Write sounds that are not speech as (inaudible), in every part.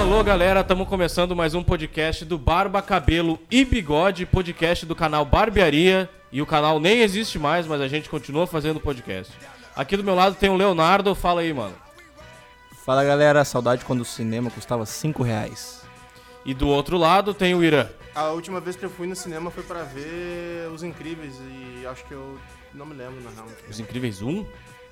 Alô, galera, estamos começando mais um podcast do Barba, Cabelo e Bigode, podcast do canal Barbearia. E o canal nem existe mais, mas a gente continua fazendo podcast. Aqui do meu lado tem o Leonardo, fala aí, mano. Fala galera, saudade quando o cinema custava 5 reais. E do outro lado tem o Irã. A última vez que eu fui no cinema foi pra ver Os Incríveis e acho que eu não me lembro, na real. Os Incríveis 1?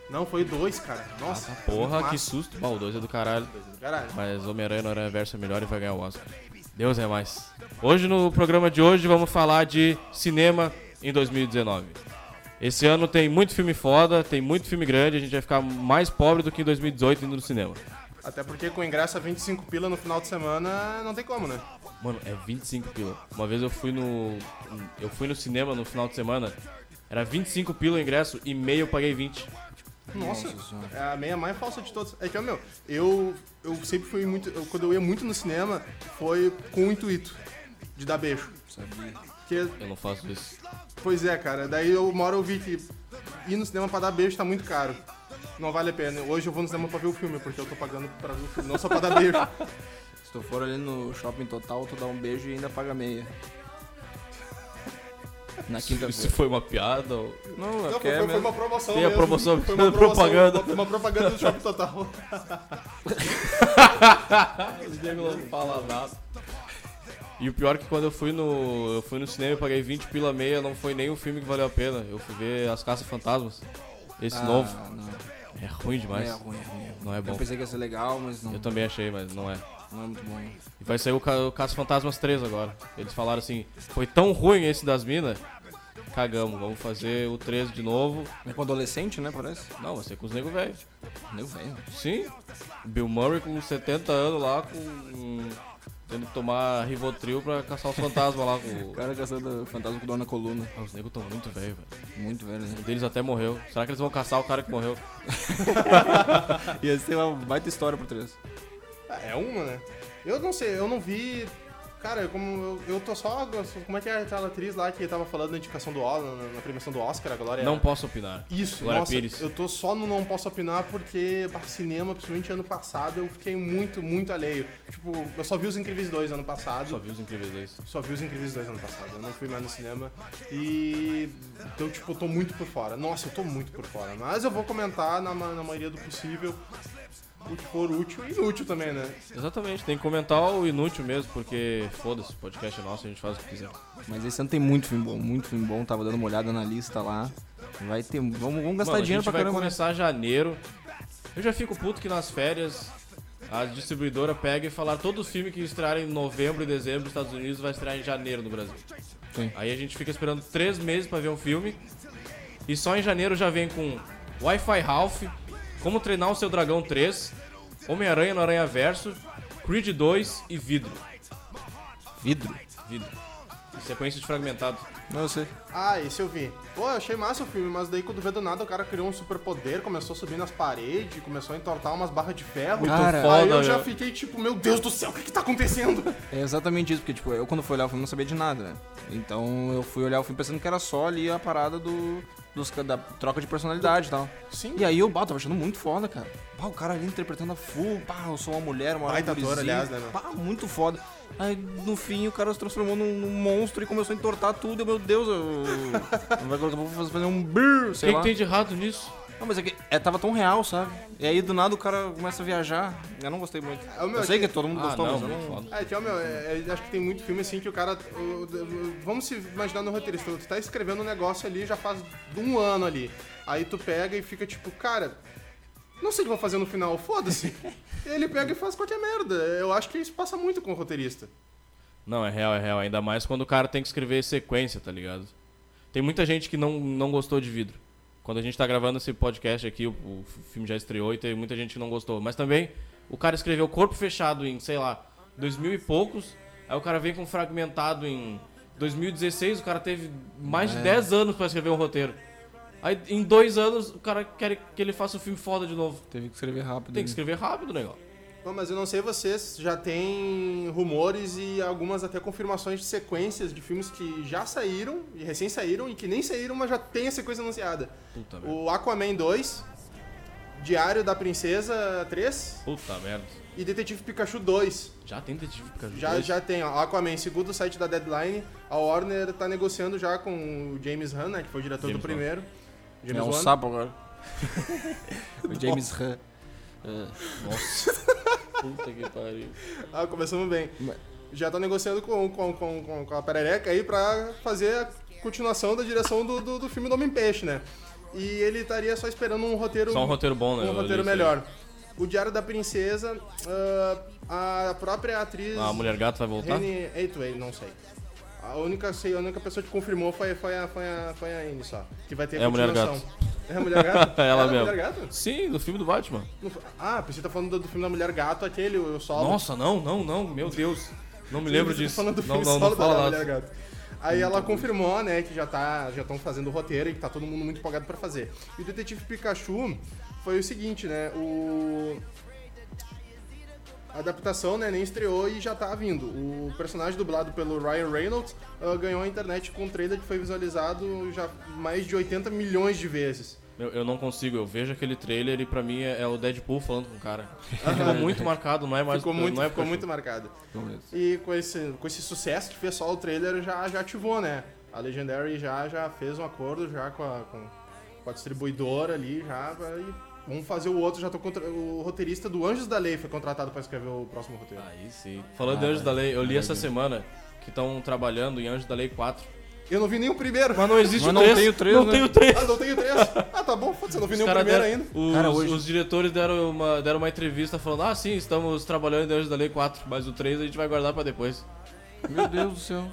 Não, foi dois, cara. Nossa. Ah, Porra, que susto. Bah, o 2 é do caralho. Caralho. Mas Homem-Aranha no Aranha Verso é melhor e vai ganhar o Oscar. Deus é mais. Hoje, no programa de hoje, vamos falar de cinema em 2019. Esse ano tem muito filme foda, tem muito filme grande, a gente vai ficar mais pobre do que em 2018 indo no cinema. Até porque com ingresso a 25 pila no final de semana, não tem como, né? Mano, é 25 pila. Uma vez eu fui no. Eu fui no cinema no final de semana, era 25 pila o ingresso e meio eu paguei 20. Nossa, é a meia mais falsa de todas. É que, ó, meu, eu, eu sempre fui muito. eu- quando eu ia muito no cinema, foi com o intuito de dar beijo. Porque, Eu não faço isso. pois é, cara. Daí eu moro eu vi que ir no cinema pra dar beijo tá muito caro. Não vale a pena. Hoje eu vou no cinema pra ver o filme, porque eu tô pagando pra ver o filme, não só pra dar (laughs) beijo. Se tu for ali no shopping total, tu dá um beijo e ainda paga meia. (laughs) Na Isso quinta-feira. foi uma piada? Ou... Não, Não, é que foi, é foi mesmo. uma promoção Tem a mesmo. promoção, foi uma promoção, (laughs) propaganda. Uma, uma propaganda do Shopping Total. (laughs) E o pior é que quando eu fui no. Eu fui no cinema e paguei 20 pila meia, não foi nem o filme que valeu a pena. Eu fui ver As Caças Fantasmas. Esse Ah, novo. Não, É ruim não demais. é ruim, é ruim, é ruim. Não é bom. Eu pensei que ia ser legal, mas não, Eu também achei, mas não é. não é muito bom. E vai sair o, Ca... o Caça Fantasmas 3 agora. Eles falaram assim, foi tão ruim esse das minas, cagamos, vamos fazer o 3 de novo. É com adolescente, né, parece? Não, vai ser com os nego velho. Meu velho. Sim. Bill Murray com 70 anos lá, com. tendo que tomar Rivotril pra caçar os fantasmas lá O com. cara caçando fantasma com dor na coluna. Ah, Os negros tão muito velho, velho. Muito velho, Um né? deles até morreu. Será que eles vão caçar o cara que morreu? Ia ser uma baita história pro três. Ah, é uma, né? Eu não sei, eu não vi. Cara, como eu, eu tô só. Como é que é aquela atriz lá que tava falando da indicação do Oscar, na, na premiação do Oscar, a É. Glória? Não posso opinar. Isso, Glória nossa, Pires. eu tô só no não posso opinar porque pra cinema, principalmente ano passado, eu fiquei muito, muito alheio. Tipo, eu só vi os Incríveis 2 ano passado. Só vi os incríveis dois. Só vi os Incríveis 2 ano passado, eu não fui mais no cinema. E. Então, tipo, eu tô muito por fora. Nossa, eu tô muito por fora. Mas eu vou comentar na, ma- na maioria do possível o que for útil e inútil também, né? Exatamente, tem que comentar o inútil mesmo, porque foda-se, o podcast é nosso, a gente faz o que quiser. Mas esse ano tem muito filme bom, muito filme bom. Tava dando uma olhada na lista lá. Vai ter. Vamos, vamos gastar Mano, dinheiro a gente pra vai caramba. né? começar janeiro. Eu já fico puto que nas férias a distribuidora pega e fala todo filme que estrear em novembro e dezembro nos Estados Unidos vai estrear em janeiro no Brasil. Sim. Aí a gente fica esperando três meses pra ver um filme e só em janeiro já vem com Wi-Fi Ralph, Como Treinar o Seu Dragão 3, Homem-Aranha no Aranha Verso, Creed 2 e Vidro. Vidro? Vidro. Sequência de fragmentado. Não, eu sei. Ah, esse eu vi. Pô, eu achei massa o filme, mas daí quando vê do nada o cara criou um superpoder, começou a subir nas paredes, começou a entortar umas barras de ferro. Cara, Aí foda, eu já né? fiquei tipo, meu Deus do céu, o que que tá acontecendo? É exatamente isso, porque tipo, eu quando fui olhar o filme não sabia de nada, né? Então eu fui olhar o filme pensando que era só ali a parada do. Dos, ca- da troca de personalidade e tal. Sim. E aí eu bah, tava achando muito foda, cara. Bah, o cara ali interpretando a full, pá, eu sou uma mulher, uma Baita ator, gurizinha. aliás, né, meu? Bah, muito foda. Aí no fim o cara se transformou num, num monstro e começou a entortar tudo. Eu, meu Deus, eu. Vai colocar vou fazer fazer um brrr, O sei que, que lá. tem de errado nisso? Não, mas é que é, tava tão real, sabe? E aí do nada o cara começa a viajar. Eu não gostei muito. É o meu eu sei aqui. que todo mundo gostou, mas eu muito não. Ah, foda. É, que, ó, meu, é, é, acho que tem muito filme assim que o cara. o- o- vamos se imaginar no roteirista. Tu tá escrevendo um negócio ali já faz um ano ali. Aí tu pega e fica tipo, cara. Não sei o que eu vou fazer no (laughs) final, foda-se. Ele pega e faz qualquer merda. Eu acho que isso passa muito com o roteirista. Não, é real, é real. Ainda mais quando o cara tem que escrever sequência, tá ligado? Tem muita gente que não, não gostou de vidro. Quando a gente tá gravando esse podcast aqui, o, o filme já estreou e tem muita gente que não gostou. Mas também, o cara escreveu Corpo Fechado em, sei lá, 2000 e poucos. Aí o cara vem com Fragmentado em 2016. O cara teve mais de 10 anos pra escrever um roteiro. Aí, em dois anos, o cara quer que ele faça o filme foda de novo. Teve que escrever rápido. Tem que escrever rápido o negócio. Bom, mas eu não sei vocês, já tem rumores e algumas até confirmações de sequências de filmes que já saíram, e Tá recém saíram, e que nem saíram, mas já tem a sequência anunciada. Puta merda. O Aquaman 2, Diário da Princesa 3 Puta merda. e Detetive Pikachu 2. Já tem detetive Pikachu? Já, dois? já tem, ó, Aquaman, segundo o site da Deadline, a Warner tá negociando já com o James Gunn, né, que foi o diretor James do Gunn. primeiro. é um Wan. sapo agora. (laughs) o James É, Han. Puta que pariu. Ah, começamos bem. Mas- Já tá negociando com, com, com, com, com a perereca aí pra fazer a continuação da direção do, do, do filme do Homem-Peixe, né? E ele estaria só esperando um roteiro, Só um roteiro bom, né? um Eu roteiro li isso aí. melhor. O Diário da Princesa, ah, a própria atriz... Ah, A mulher gato vai voltar? Renée Hathaway, não sei. A única, sei, a única pessoa que confirmou foi, foi, a, foi, a, foi a Anne só, que vai ter É a Mulher continuação. É a Mulher Gato? (laughs) Ela é a mesmo. Mulher Gato? Sim, do filme do Batman. Não foi- Ah, pensei que tá falando do, do filme da Mulher Gato, aquele, o Solo. Nossa, não, não, não, meu Deus. Não me lembro Eu tô disso. tá falando do Não, filme não, não solo da fala Mulher nada. Gato. Aí ela confirmou, né, que já tá, já estão fazendo o roteiro e que tá todo mundo muito empolgado pra fazer. E o Detetive Pikachu foi o seguinte, né, o a adaptação, né, nem estreou e já tá vindo. O personagem dublado pelo Ryan Reynolds ah, ganhou a internet com um trailer que foi visualizado já mais de 80 milhões de vezes. Eu, eu não consigo, eu vejo aquele trailer e pra mim é, é o Deadpool falando com o cara. Ficou muito marcado, não é mais ficou não muito, é ficou Pikachu. muito marcado. E com esse, com esse sucesso que fez só o trailer, já, já ativou, né? A Legendary já, já fez um acordo já com a, com, com a distribuidora ali, já vai- vamos fazer o outro. Já tô contra... O roteirista do Anjos da Lei foi contratado pra escrever o próximo roteiro. Aí sim. Falando de Ah, Anjos da Lei, eu li essa maravilha. semana que estão trabalhando em Anjos da Lei 4. Eu não vi nem o primeiro. Mas não existe Mas o não 3. tem o três, Não né? tem o 3. Ah, não tenho três. Ah, tá bom, foda-se, eu não vi nem o primeiro ainda. Os, Cara, hoje- os diretores deram uma, deram uma entrevista falando: Ah, sim, estamos trabalhando em Anjos da Lei 4, mas o 3 a gente vai guardar pra depois. Meu Deus do céu.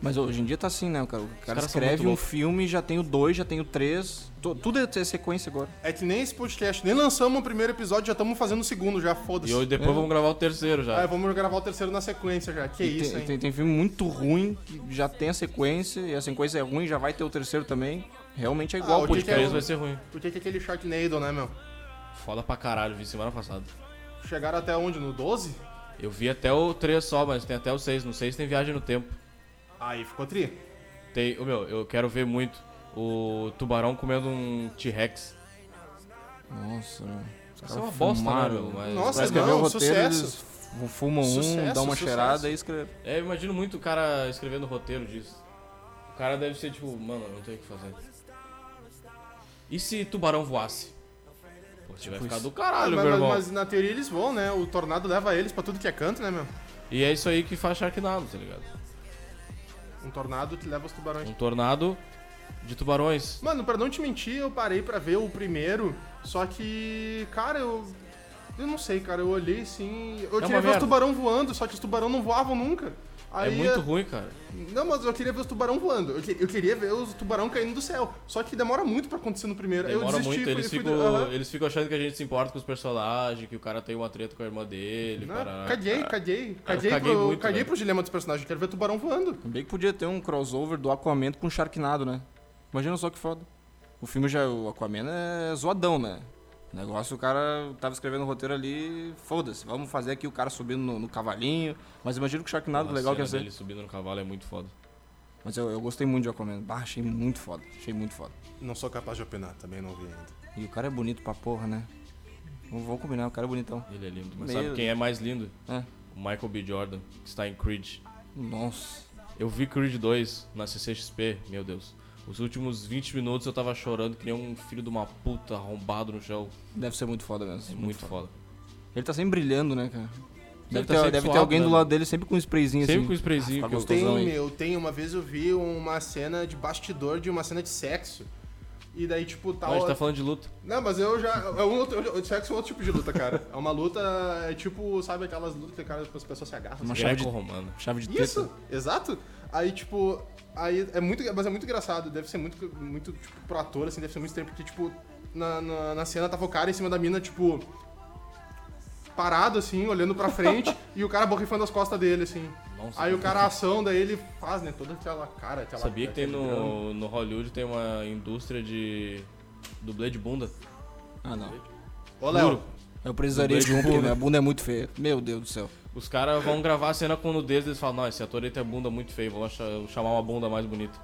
Mas hoje em dia tá assim, né, cara? O cara caras são escreve muito um loucos. filme, já tem o dois, já tem o três. to- Tudo é sequência agora. É que nem esse podcast, nem lançamos o primeiro episódio, já estamos fazendo o segundo já, E foda-se. hoje depois É. vamos gravar o terceiro já. Ah, vamos gravar o terceiro na sequência já. Que E isso, tem, hein? tem- tem filme muito ruim que já tem a sequência, e a sequência é ruim, já vai ter o terceiro também. Realmente é igual Ah, ao o que que é podcast. Três vai ser ruim. Por que, que aquele Sharknado, né, meu? Foda pra caralho, vi semana passada. Chegaram até onde? No 12? Eu vi até o 3 só, mas tem até o 6. No 6 tem viagem no tempo. Aí ficou tri. Tem, ô, meu, eu quero ver muito o tubarão comendo um T-Rex. Nossa, né? Isso é uma bosta, né, meu? Mas Nossa, é Pra escrever não, o roteiro, sucesso. eles fu- fumam um, Sucesso, dão uma sucesso. cheirada e escreve. É, eu imagino muito o cara escrevendo o roteiro disso. O cara deve ser tipo, mano, eu não tenho o que fazer. E se tubarão voasse? Pô, você vai Tipo ficar isso. do caralho, Ah, meu mas, mas- irmão. mas na teoria eles vão, né? O tornado leva eles pra tudo que é canto, né, meu? E é isso aí que faz Sharknado, tá ligado? Um tornado que leva os tubarões. Um tornado de tubarões. Mano, pra não te mentir, eu parei pra ver o primeiro, só que, cara, eu. Eu não sei, cara, eu olhei assim. Eu É queria uma ver os merda. tubarão voando, só que os tubarão não voavam nunca. Aí, eh, é muito ruim, cara. Não, mas eu queria ver os tubarão voando. Eu, que- eu queria ver os tubarão caindo do céu. Só que demora muito pra acontecer no primeiro. eu Demora desisti muito, fui- eles fui- ficam, aham. eles ficam achando que a gente se importa com os personagens, que o cara tem uma treta com a irmã dele. Não, parará. Né? Caguei, caguei, caguei, né? Ah, caguei pro, muito, caguei velho. pro dilema dos personagens. Quero ver tubarão voando. Bem que podia ter um crossover do Aquaman com o Sharknado, né? Imagina só que foda. O filme já, o Aquaman é zoadão, né? O negócio, o cara tava escrevendo o roteiro ali, foda-se, vamos fazer aqui o cara subindo no, no cavalinho. Mas imagina que o Sharknado Uma legal cena que ia ser. dele subindo no cavalo é muito foda. Mas eu, eu gostei muito de Aquaman. Bah, achei muito foda, achei muito foda. Não sou capaz de opinar, também não vi ainda. E o cara é bonito pra porra, né? Não vou combinar, o cara é bonitão. Ele é lindo. Mas Meu sabe quem é mais lindo? É. O Michael B. Jordan, que está em Creed. Nossa. Eu vi Creed 2 na CCXP, meu Deus. Os últimos 20 minutos eu tava chorando que nem um filho de uma puta arrombado no chão. Deve ser muito foda mesmo. É muito foda. Ele tá sempre brilhando, né, cara? Deve, tá ter, sempre deve ter suado, alguém né, do mano? lado dele sempre com um sprayzinho Sempre assim. com um sprayzinho Ah, que fica eu- gostosão, Tem, hein? eu tenho, uma vez eu vi uma cena de bastidor de uma cena de sexo. E daí, tipo, Tá, tal. a gente tá falando de luta. Não, mas eu já. É um outro, eu- sexo é outro tipo de luta, cara. É uma luta, é tipo, sabe aquelas lutas que cara, as pessoas se agarram. Uma assim? chave de- Greco-romana. Chave de teta. Isso, exato. Aí, tipo, aí é muito. Mas é muito engraçado, deve ser muito, muito tipo, pro ator, assim, deve ser muito tempo, porque, tipo, na, na, na cena tava o cara em cima da mina, tipo. Parado, assim, olhando pra (laughs) frente, e o cara borrifando as costas dele, assim. Nossa, Aí o cara, a ação, daí ele faz, né? Toda aquela cara, aquela. Sabia que tem aquele drama. no, no Hollywood tem uma indústria de dublê de bunda? Ah, não. Ô, Léo, Juro. Eu precisaria de um, porque né? Bunda. minha bunda é muito feia. Meu Deus do céu. Os caras vão gravar a cena com nudez e eles falam, não, esse ator aí tem a bunda muito feio, vou achar- chamar uma bunda mais bonita.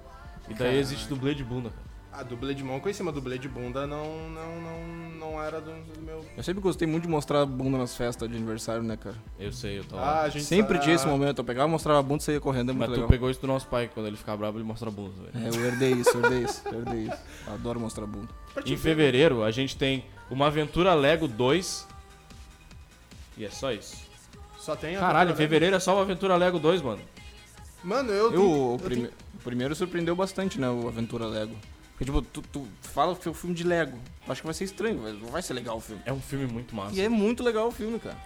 E daí existe dublê de bunda, cara. A dublê de mão eu conheci, mas dublê de bunda não, não, não, não era do, do meu. Eu sempre gostei muito de mostrar a bunda nas festas de aniversário, né, cara? Eu sei, eu tô Ah, lá. a gente sempre sa- tinha esse momento. Eu pegava, mostrava a bunda e saía correndo, é muito Mas tu legal. pegou isso do nosso pai, quando ele ficar bravo, ele mostra a bunda, velho. É, eu herdei isso, eu herdei isso, eu herdei isso. Eu Adoro mostrar a bunda. Pra te Em ver, fevereiro, a gente tem uma aventura Lego 2. E é só isso. Só tem a Caralho, em Aventura fevereiro é só uma aventura Lego 2, mano. Lego. Mano, eu. Eu, o, eu prime- o primeiro surpreendeu bastante, né? O Aventura Lego. Porque, tipo, tu, tu fala que é um filme de Lego. Tu acha que vai ser estranho, mas não vai ser legal o filme. É um filme muito massa. E é muito legal o filme, cara.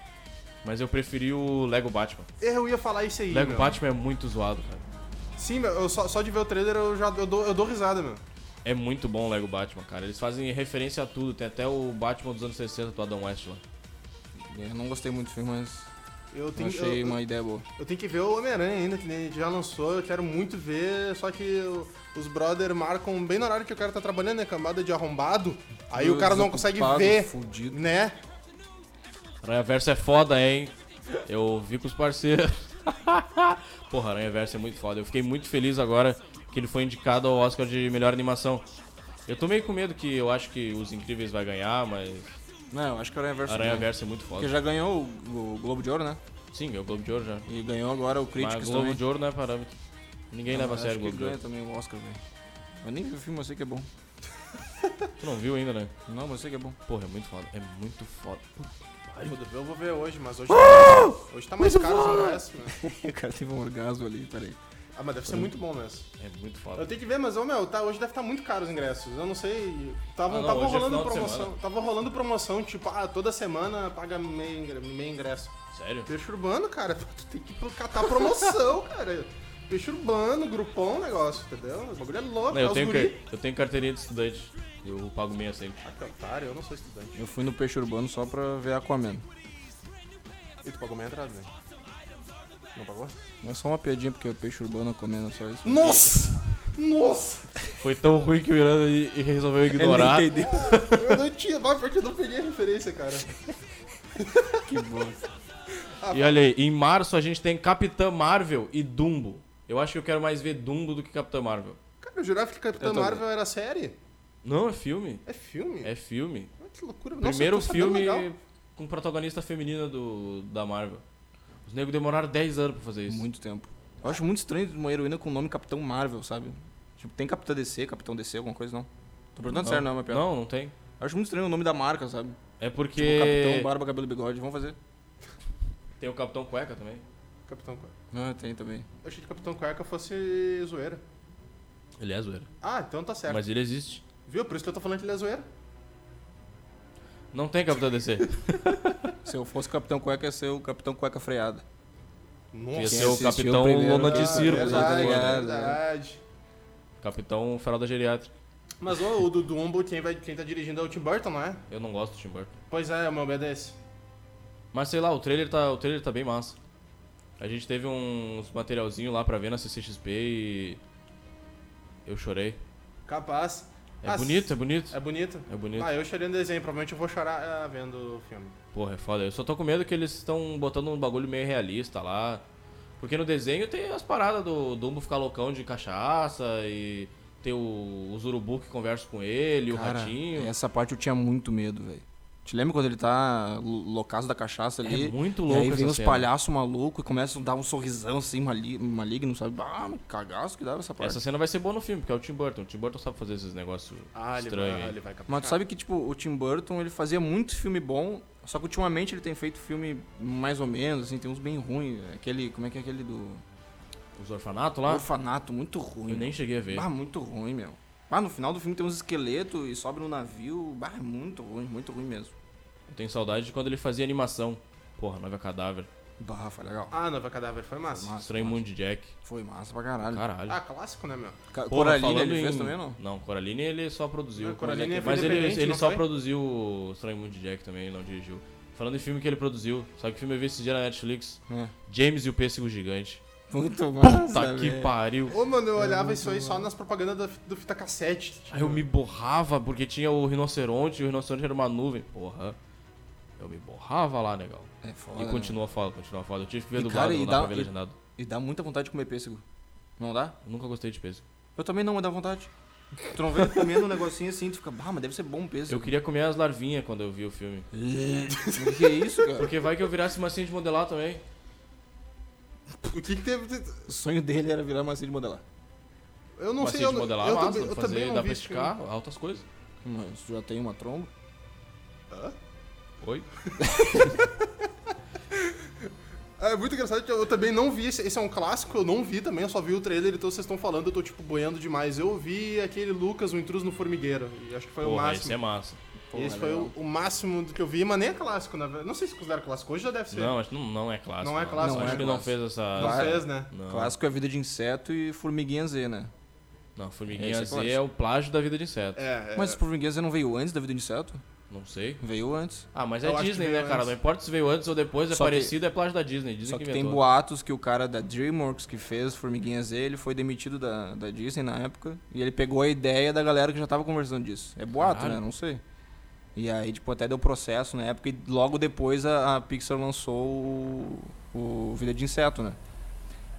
Mas eu preferi o Lego Batman. tenho- Eu ia falar isso aí. Lego meu. Batman é muito zoado, cara. Sim, meu, eu só, só de ver o trailer eu já eu dou, eu dou risada, meu. É muito bom o Lego Batman, cara. Eles fazem referência a tudo. Tem até o Batman dos anos 60 do Adam West lá. Eu não gostei muito do filme, mas Eu eu tenho, eu, achei uma ideia boa. eu tenho que ver o Homem-Aranha ainda, que nem já lançou, eu quero muito ver, só que eu- os brother marcam bem na hora que o cara tá trabalhando, né? Cambada de arrombado. Aí o cara não consegue Desocupado, ver, Fudido. né? Aranha Verso é foda, hein? Eu vi com os parceiros. (laughs) Porra, Aranha Verso é muito foda. Eu fiquei muito feliz agora que ele foi indicado ao Oscar de melhor animação. Eu tô meio com medo que eu acho que Os Incríveis vai ganhar, mas Não, eu acho que o Aranha Verso. Aranha ganha. Verso é muito Porque foda. já ganhou o, o Globo de Ouro, né? Sim, é o Globo de Ouro já. E ganhou agora o Mas Critics Globo também. de Ouro não é parâmetro. Ninguém leva a Acho sério o que Globo de ganha Ouro. também o Oscar, velho. Eu nem vi o filme, eu sei que é bom. Tu não viu ainda, né? Não, mas eu sei que é bom. (laughs) Porra, é muito foda. É muito foda. Foda-se, Eu vou ver hoje, mas hoje, Ah! hoje tá mais caro os ingressos, né? o cara teve um orgasmo ali, peraí. Ah, mas deve ser muito bom mesmo. É muito Eu foda. tenho que ver, mas, ô meu, tá, hoje deve estar muito caro os ingressos. Eu não sei. Tava, Ah, não, tava hoje é rolando final de promoção. semana. Tava rolando promoção, tipo, ah, toda semana paga meio, ingre- meio ingresso. Sério? Peixe urbano, cara, (laughs) tu tem que catar promoção, cara. Peixe urbano, grupão, negócio, entendeu? O bagulho é louco, Não, é eu, os tenho guri. car- eu tenho carteirinha de estudante. Eu pago meia sempre. Ah, que otário, eu não sou estudante. Eu fui no Peixe Urbano só pra ver Aquaman. E tu pagou minha entrada, né? Não pagou? Não é só uma piadinha, porque o Peixe Urbano comendo só isso. Nossa! Nossa! Foi tão ruim que o Miranda e- e (laughs) resolveu ignorar. Ele nem entendeu. Eu não tinha, mas porque eu não peguei a referência, cara. que bosta. E olha aí, em março a gente tem Capitã Marvel e Dumbo. Eu acho que eu quero mais ver Dumbo do que Capitã Marvel. Cara, eu jurava que Capitã Eu também. Marvel era série? Não, é filme. É filme? É filme. Olha Que loucura. Nossa, Primeiro eu tô sabendo filme legal. com protagonista feminina do, da Marvel. Os negros demoraram 10 anos pra fazer isso. Muito tempo. Eu acho muito estranho uma heroína com o nome Capitão Marvel, sabe? Tipo, tem Capitã DC, Capitão DC, alguma coisa, não? Tô perguntando sério, não é uma piada. Não, não tem. Eu acho muito estranho o nome da marca, sabe? É porque Tipo, Capitão Barba Cabelo Bigode, vamos fazer. tem o Capitão Cueca também. Capitão Cueca. Ah, tem também. Eu achei que Capitão Cueca fosse zoeira. Ele é zoeiro. Ah, então tá certo. Mas ele existe. Viu? Por isso que eu tô falando que ele é zoeira. Não tem Capitão DC. Se eu fosse Capitão Cueca, ia ser o Capitão Cueca Freada. Ia Nossa. ser é o assistiu Capitão primeiro- Lona de né? Ah, Circo. É verdade, tá ligado? verdade. Capitão Fralda Geriátrica. Mas ô, o do Dumbo, quem, vai, quem tá dirigindo é o Tim Burton, não é? Eu não gosto do Tim Burton. Pois é, o meu BDS. Mas sei lá, o trailer tá, o trailer tá bem massa. A gente teve uns materialzinho lá pra ver na CCXP e. Eu chorei. Capaz. É Ah, bonito, é bonito. É bonito? É bonito. Ah, eu chorei no desenho, provavelmente eu vou chorar ah, vendo o filme. Porra, é foda. Eu só tô com medo que eles estão botando um bagulho meio realista lá. Porque no desenho tem as paradas do Dumbo ficar loucão de cachaça e tem o, os urubu que conversa com ele, o Cara, ratinho. Essa parte eu tinha muito medo, velho. Te lembra quando ele tá lo- loucaço da cachaça ali? É muito louco E aí essa vem uns cena. palhaços malucos e começam a dar um sorrisão assim, mali- maligno, sabe? Ah, mas que cagaço que dava essa parte. Essa cena vai ser boa no filme, porque é o Tim Burton. O Tim Burton sabe fazer esses negócios Ah, ele estranhos. vai, aí. ele vai caprichar. Mas tu sabe que, tipo, o Tim Burton, ele fazia muito filme bom, só que ultimamente ele tem feito filme mais ou menos, assim, tem uns bem ruins. Aquele, como é que é aquele do Os orfanatos lá, Orfanato, muito ruim. eu nem cheguei a ver. Ah, muito ruim, meu. Ah, no final do filme tem uns esqueletos e sobe no navio. Bah, é muito ruim, muito ruim mesmo. Eu tenho saudade de quando ele fazia animação. Porra, Noiva Cadáver. Bah, foi legal. Ah, Nova Cadáver foi massa. Massa, Estranho Mundo de Jack. Foi massa pra caralho. Caralho. Ah, clássico, né, meu? Ca- Porra, Coraline falando ele fez em- também, não? Ah, Não, Coraline ele só produziu. Não, Coraline mas foi mas independente, ele, ele não só foi? produziu o Estranho Mundo de Jack também, não dirigiu. Falando em filme que ele produziu, sabe que filme eu vi esse dia na Netflix? É. James e o Pêssego Gigante. Muito Puta massa, que é, velho. pariu. Ô, mano, eu olhava isso aí só nas propagandas do, do fita cassete. tipo, Aí eu me borrava porque tinha o rinoceronte e o rinoceronte era uma nuvem. Porra. Eu me borrava lá, legal. É foda, E né? continua foda, continua foda. Eu tive que ver E, dublado, cara, e não dá dá- um- pra ver e- legendado. E dá muita vontade de comer pêssego. Não dá? Nunca gostei de pêssego. Eu também não, mas dá vontade. Tu não vê ele comendo um negocinho assim, tu fica, ah, mas deve ser bom o peso. Eu queria comer as larvinhas quando eu vi o filme. O (laughs) que é isso, cara? Porque vai que eu virasse massinha de modelar também. O que, que teve. O sonho dele era virar massinha de modelar. Eu não massinha sei. Eu, de modelar é eu, massa, também- eu também fazer, não dá vi pra esse filme. esticar, altas coisas. Mas tu já tem uma tromba? Oi? É muito engraçado que eu, eu também não vi. Esse, esse é um clássico, eu não vi também. Eu só vi o trailer, então vocês estão falando, eu tô tipo boiando demais. Eu vi aquele Lucas, o intruso no formigueiro. E acho que foi o Porra, máximo. esse é né, massa. E Esse Porra, foi o, é legal. o máximo do que eu vi, mas nem é clássico, na verdade. Não sei se considera clássico, hoje já deve ser. Não, acho que não, não é clássico. Não é clássico, Acho né? que não Clássico. fez essa. não Vai. fez, né? Não, Clássico é vida de inseto e formiguinha Z, né? não Formiguinha Esse é Z clássico. é o plágio da vida de inseto. É, é. Mas formiguinha Z não veio antes da vida de inseto? Não sei. Veio antes. Ah, mas é Eu acho que Disney, veio né, cara? antes. Não importa se veio antes ou depois, é Só que- parecido, é plágio da Disney. Disney Só que tem inventou. boatos que o cara da DreamWorks que fez Formiguinha Z, ele foi demitido da, da Disney na época. E ele pegou a ideia da galera que já tava conversando disso. É boato, Caralho. né? Não sei. E aí, tipo, até deu processo na época. E logo depois a, a Pixar lançou o, o Vida de Inseto, né?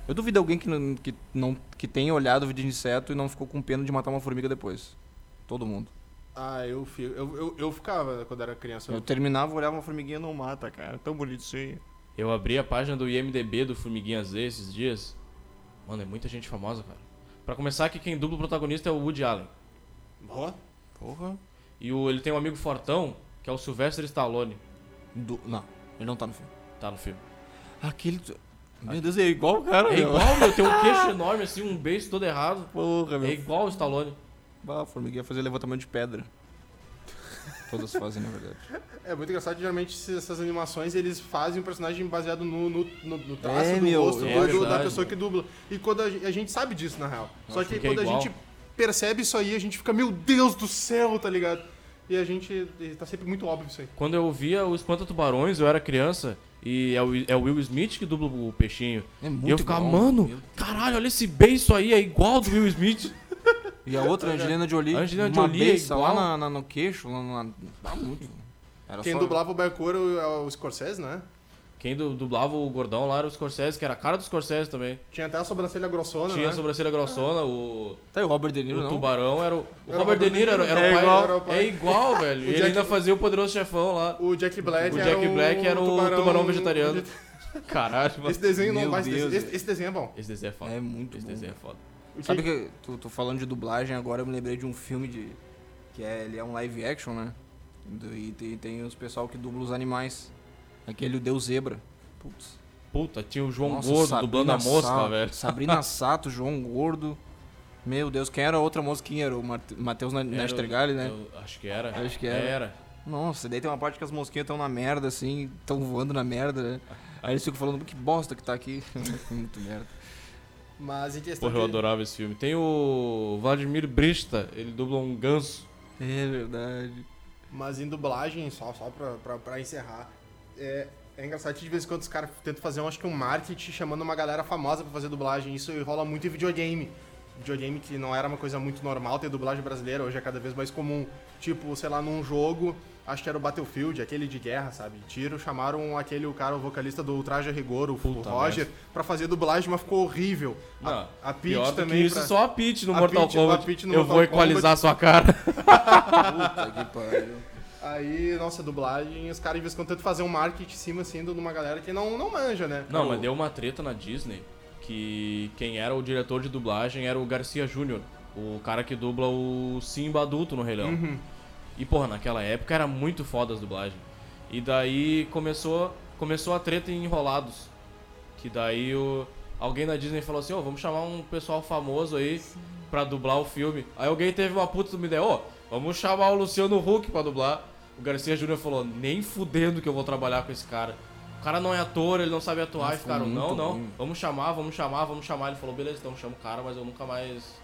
Eu duvido alguém que, não, que, não, que tenha olhado o Vida de Inseto e não ficou com pena de matar uma formiga depois. Todo mundo. Ah, eu, fi- eu, eu, eu ficava quando era criança. Eu terminava, olhava uma formiguinha não mata, cara. Tão bonito isso aí. Eu abri a página do IMDB do Formiguinha Z esses dias. Mano, é muita gente famosa, cara. Pra começar, que quem dubla o protagonista é o Woody Allen. Ó, Porra. E o- ele tem um amigo fortão, que é o Sylvester Stallone. Do- Não, ele não tá no filme. Tá no filme. Aquele. Meu Deus, é igual o cara, É meu. igual, meu. Tem um queixo enorme, assim, um beijo todo errado. Porra, É meu. igual o Stallone. Bah, a formiguinha fazer levantamento de pedra. Todas fazem, na verdade. É muito engraçado, geralmente se- essas animações eles fazem um personagem baseado no, no, no- no traço É, do meu, rosto é do- do- da verdade. pessoa que dubla. E quando a, gen- a gente sabe disso, na real. Eu Só acho que, que é quando a igual. gente percebe isso aí, a gente fica, meu Deus do céu, tá ligado? E a gente. e Tá sempre muito óbvio isso aí. Quando eu via o Espanta Tubarões, eu era criança. E é o, é o Will Smith que dubla o peixinho. É e eu ficava, igual. mano, caralho, olha esse beijo aí, é igual do Will Smith. (laughs) E a outra, a Angelina Jolie. A Angelina uma Jolie é beiça igual. lá na- na- no queixo, lá na. Dá muito. Tá Era Quem só- dublava o Barcouro é o Scorsese, né? Quem du- dublava o gordão lá era o Scorsese, que era a cara do Scorsese também. Tinha até a sobrancelha grossona, Tinha né? a sobrancelha grossona, o, Tá, e o Robert De Niro o não. tubarão era o. O Era Robert De Niro era, era É o pai. igual. Era o pai. É igual, velho. E ele Jack- ainda fazia o poderoso chefão lá. O Jack Black O era Jack Black era o tubarão, vegetariano. Caralho, mano. (laughs) Esse desenho não Meu vai. Deus, Esse, esse desenho é bom. Esse desenho é foda. É muito Esse bom. desenho é foda. O Sabe Jack- que tu tô falando de dublagem agora, eu me lembrei de um filme de que é, ele é um live action, né? Do- E tem, tem os pessoal que dubla os animais. Aquele o Deus Zebra. Putz. Puta, tinha o João Nossa, Gordo Sabrina dublando a mosca, Sato- velho. (laughs) Sabrina Sato, João Gordo. Meu Deus, quem era a outra mosca? Quem era? O Mate- Matheus Na- Era o- Nastergalli, né? eu acho que era. Acho que era. Nossa, daí tem uma parte que as mosquinhas estão na merda, assim, estão voando na merda, né? Aí eles ficam falando que bosta que (laughs) tá aqui. Muito merda. Mas em questão. Porra, eu de- adorava esse filme. Tem o Vladimir Brista, ele dubla um ganso. É (laughs) verdade. Mas em dublagem, só, só pra, pra, pra encerrar, é, é engraçado que de vez em quando os caras tentam fazer, um, acho que um marketing chamando uma galera famosa pra fazer dublagem. Isso rola muito em videogame. Videogame que não era uma coisa muito normal ter dublagem brasileira, hoje é cada vez mais comum. Tipo, sei lá, num jogo, acho que era o Battlefield, aquele de guerra, sabe? Tiro, chamaram aquele o cara, o vocalista do Ultraje Rigor, o, o Puta Roger, pra fazer dublagem, mas ficou horrível. Não, a, a Pior Peach do que também. isso, pra- só a Peach no a Mortal Peach- a Kombat. Peach no eu Mortal vou equalizar a sua cara. Puta que pariu. Aí, nossa, dublagem, os caras em vez de quando tentam fazer um marketing em cima, assim, de uma galera que não, não manja, né? Não, Cara, mas deu uma treta na Disney que quem era o diretor de dublagem era o Garcia Júnior, o cara que dubla o Simba adulto no Rei Leão. E porra, naquela época era muito foda as dublagens. E daí começou, começou a treta em Enrolados, que daí o alguém na Disney falou assim: "Ô, vamos chamar um pessoal famoso aí pra dublar o filme". Aí alguém teve uma puta me deu: "Ô, vamos chamar o Luciano Huck pra dublar". O Garcia Júnior falou: "Nem fudendo que eu vou trabalhar com esse cara". O cara não é ator, ele não sabe atuar, Nossa, e ficaram, Ah, muito não, não, ruim. vamos chamar, vamos chamar, vamos chamar. Ele falou, beleza, então chama o cara, mas eu nunca mais.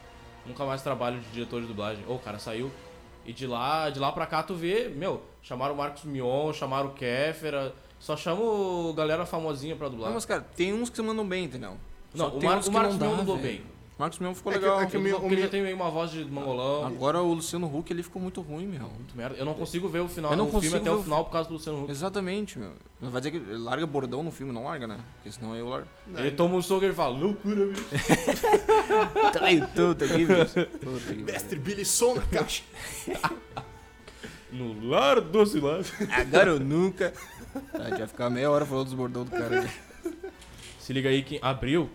Nunca mais trabalho de diretor de dublagem. Ô, o cara saiu. E de lá, de lá pra cá, tu vê, meu, chamaram o Marcos Mion, chamaram o Kéfera. Só chama o galera famosinha pra dublar. Não, mas cara, tem uns que se mandam bem, entendeu? Não, Só o, tem Mar uns o que Marcos não dá, Mion dublou velho. bem. Marcos Mion ficou É que- legal. é que o Porque meu- ele já tem meio uma voz de mongolão. Agora o Luciano Huck ele ficou muito ruim, meu. Muito merda. Eu não consigo ver o final Eu o não filme consigo até ver o o- final por causa do Luciano Huck. Exatamente, meu. Vai dizer que ele larga bordão no filme, não larga, né? Porque senão eu largo. Ele é. toma um soco e ele fala, loucura, bicho. Traiu tudo aqui, (laughs) Mestre Billy som na (laughs) caixa. No lar do silêncio. Agora ou nunca. Tá, a gente vai ficar meia hora falando dos bordão do cara. Se liga aí que em abril.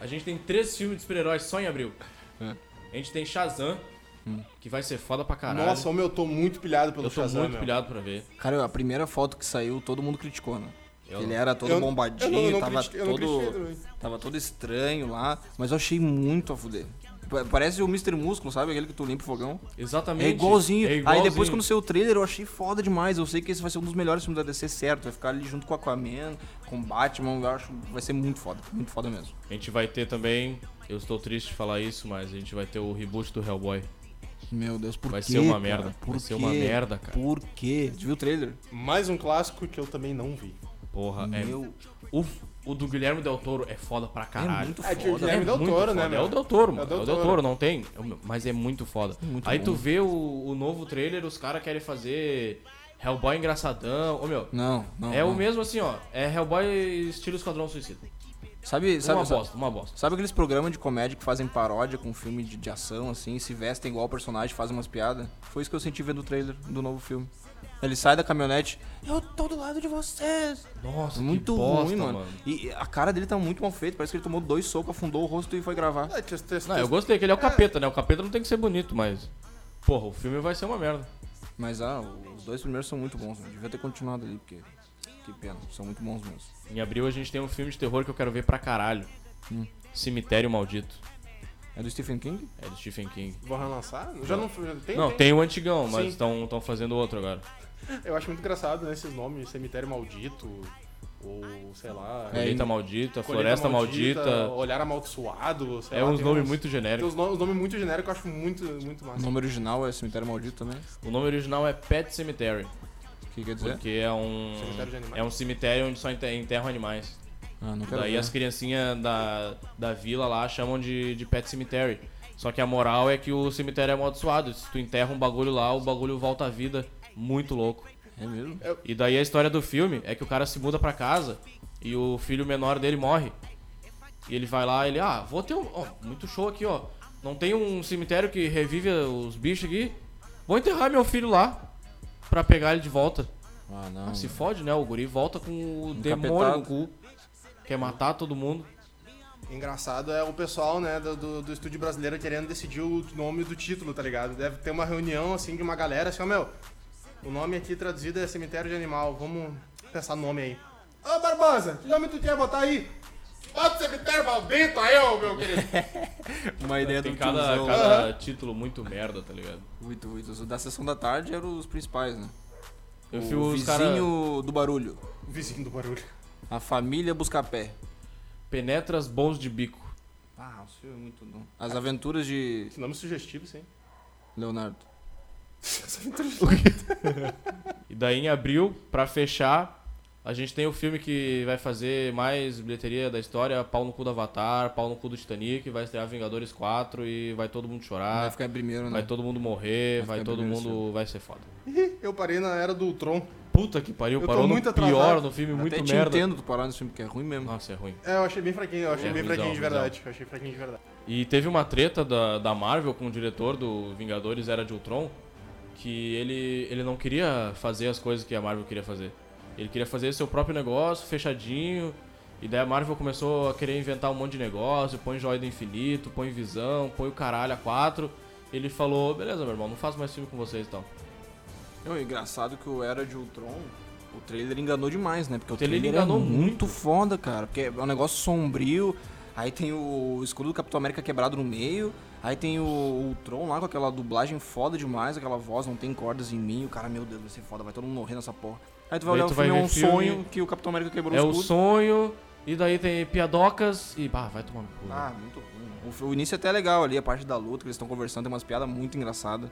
A gente tem três filmes de super-heróis só em abril. É. Hum. A gente tem Shazam, que vai ser foda pra caralho. Nossa, o meu, eu tô muito pilhado pelo eu tô Shazam, muito meu. pilhado pra ver. Cara, a primeira foto que saiu, todo mundo criticou, né? Eu- Ele era todo Eu- bombadinho, eu não- eu não tava critiquei- eu não critiquei todo. também. Tava todo estranho lá, mas eu achei muito a fuder. Pa- Parece o Mr. Músculo, sabe? Aquele que tu limpa o fogão. Exatamente. É igualzinho. É Aí depois quando saiu o trailer eu achei foda demais. Eu sei que esse vai ser um dos melhores filmes da DC, certo? Vai ficar ali junto com Aquaman, com Batman, eu acho que vai ser muito foda, muito foda mesmo. A gente vai ter também. Eu estou triste de falar isso, mas a gente vai ter o reboot do Hellboy. Meu Deus, por Vai quê, ser uma cara? merda. Por vai ser quê? uma merda, cara. Por quê? Tu viu o trailer? Mais um clássico que eu também não vi. Porra, é. Meu, O, o do Guilherme Del Toro é foda pra caralho. é muito É que o foda. Guilherme Del muito Toro, né, foda. É meu? o Del Toro, mano. É o Del É o Del Toro. Toro, não tem. É o- Mas é muito foda. Muito Aí bom. tu vê o, o novo trailer, os caras querem fazer Hellboy engraçadão. Ô meu, Não, não. é não. o mesmo assim, ó. É Hellboy estilo Esquadrão Suicida. Sabe, uma sabe, sabe, bosta, uma bosta. sabe aqueles programas de comédia que fazem paródia com filme de, de ação, assim, se vestem igual o personagem, fazem umas piadas? Foi isso que eu senti vendo o trailer do novo filme. Ele sai da caminhonete, eu tô do lado de vocês. Nossa, Muito que bosta, ruim, mano. E a cara dele tá muito mal feita. Parece que ele tomou dois socos, afundou o rosto e foi gravar. Ah, test- test- Não, eu test- gostei que ele é o capeta, né? O capeta não tem que ser bonito, mas. Porra, o filme vai ser uma merda. Mas ah, os dois primeiros são muito bons, né? Devia ter continuado ali, porque. Que pena, são muito bons mesmo. Em abril a gente tem um filme de terror que eu quero ver pra caralho. Hum. Cemitério Maldito. É do Stephen King? É do Stephen King. Vão relançar? Já não, já tem, não, tem. o antigão, mas Sim. estão fazendo outro agora. Eu acho muito engraçado, né, esses nomes, Cemitério Maldito, ou sei lá... É, Colheita e- Maldita, Colheita Floresta Maldita. Olhar Amaldiçoado, sei é lá. uns tem nomes muito genéricos. Tem uns nomes, nomes muito genéricos que eu acho muito, muito O massa. nome original é Cemitério Maldito também. O nome original é Pet Cemetery, O que quer dizer? porque é um Cemitério de animais. é um cemitério onde só enter- enterram animais. Ah, não Daí ver. as criancinhas da, da vila lá chamam de, de Pet Cemetery. Só que a moral é que o cemitério é amaldiçoado. Se tu enterra um bagulho lá, o bagulho volta à vida. Muito louco. É mesmo? E daí a história do filme é que o cara se muda pra casa e o filho menor dele morre. E ele vai lá, ele, ah, vou ter um. ó, muito show aqui, ó. Não tem um cemitério que revive os bichos aqui. Vou enterrar meu filho lá pra pegar ele de volta. Ah, não. Um Se fode, né? O guri volta com o demônio Encapetado. no cu. Quer matar todo mundo. Engraçado é o pessoal, né, do, do, do estúdio brasileiro querendo decidir o nome do título, tá ligado? Deve ter uma reunião, assim, de uma galera, assim, ó, meu, o nome aqui traduzido é Cemitério de Animal, vamos pensar no nome aí. Ô, Barbosa, que nome tu quer botar aí? Bota Cemitério Maldito aí, ô, meu querido. Uma ideia Tem do cada, um tiozão. cada título muito merda, tá ligado? Muito, muito. Os Da sessão da tarde eram os principais, né? Eu o fui os caras. vizinho do barulho. O (laughs) vizinho do barulho. A família Buscapé. Penetras bons de bico. Ah, o filme é muito bom. As aventuras de Que nome sugestivo, sim. (laughs) Leonardo. E daí em abril, pra fechar, a gente tem o filme que vai fazer mais bilheteria da história, pau no cu do Avatar, pau no cu do Titanic, vai estrear Vingadores 4 e vai todo mundo Vai chorar, ficar em primeiro, né? Ah, vai todo mundo morrer, Vai vai, ficar todo primeiro mundo, vai ser foda. Ih, eu parei na Era do Ultron. Puta que pariu, Eu tô parou no muito atrasado. pior, no filme muito Até te merda. entendo tu parar nesse filme, porque é ruim mesmo. Nossa, é ruim. É, eu achei bem fraquinho, eu achei É, bem ruimzão, fraquinho de verdade. Eu achei fraquinho de verdade. E teve uma treta da, da Marvel com o diretor do Vingadores Era de Ultron, que ele, ele não queria fazer as coisas que a Marvel queria fazer. Ele queria fazer seu próprio negócio, fechadinho, e daí a Marvel começou a querer inventar um monte de negócio, põe Joia do Infinito, põe Visão, põe o caralho a quatro. Ele falou, beleza, meu irmão, não faço mais filme com vocês então." e tal. Não, e engraçado que o Era de Ultron, o trailer enganou demais, né? Porque o Ele trailer enganou é muito, muito. foda, cara. Porque é um negócio sombrio, aí tem o escudo do Capitão América quebrado no meio, aí tem o Ultron lá com aquela dublagem foda demais, aquela voz, não tem cordas em mim, o cara, meu Deus, vai ser foda, vai todo mundo morrer nessa porra. Aí tu vai Aí olhar tu o vai filme, é ver um filme, sonho que o Capitão América um quebrou É o o escudo. sonho, e daí tem piadocas, e bah, vai tomar no cu. né? Ah, muito ruim. O f- O, início até é legal ali, a parte da luta que eles estão conversando, tem umas piadas muito engraçadas.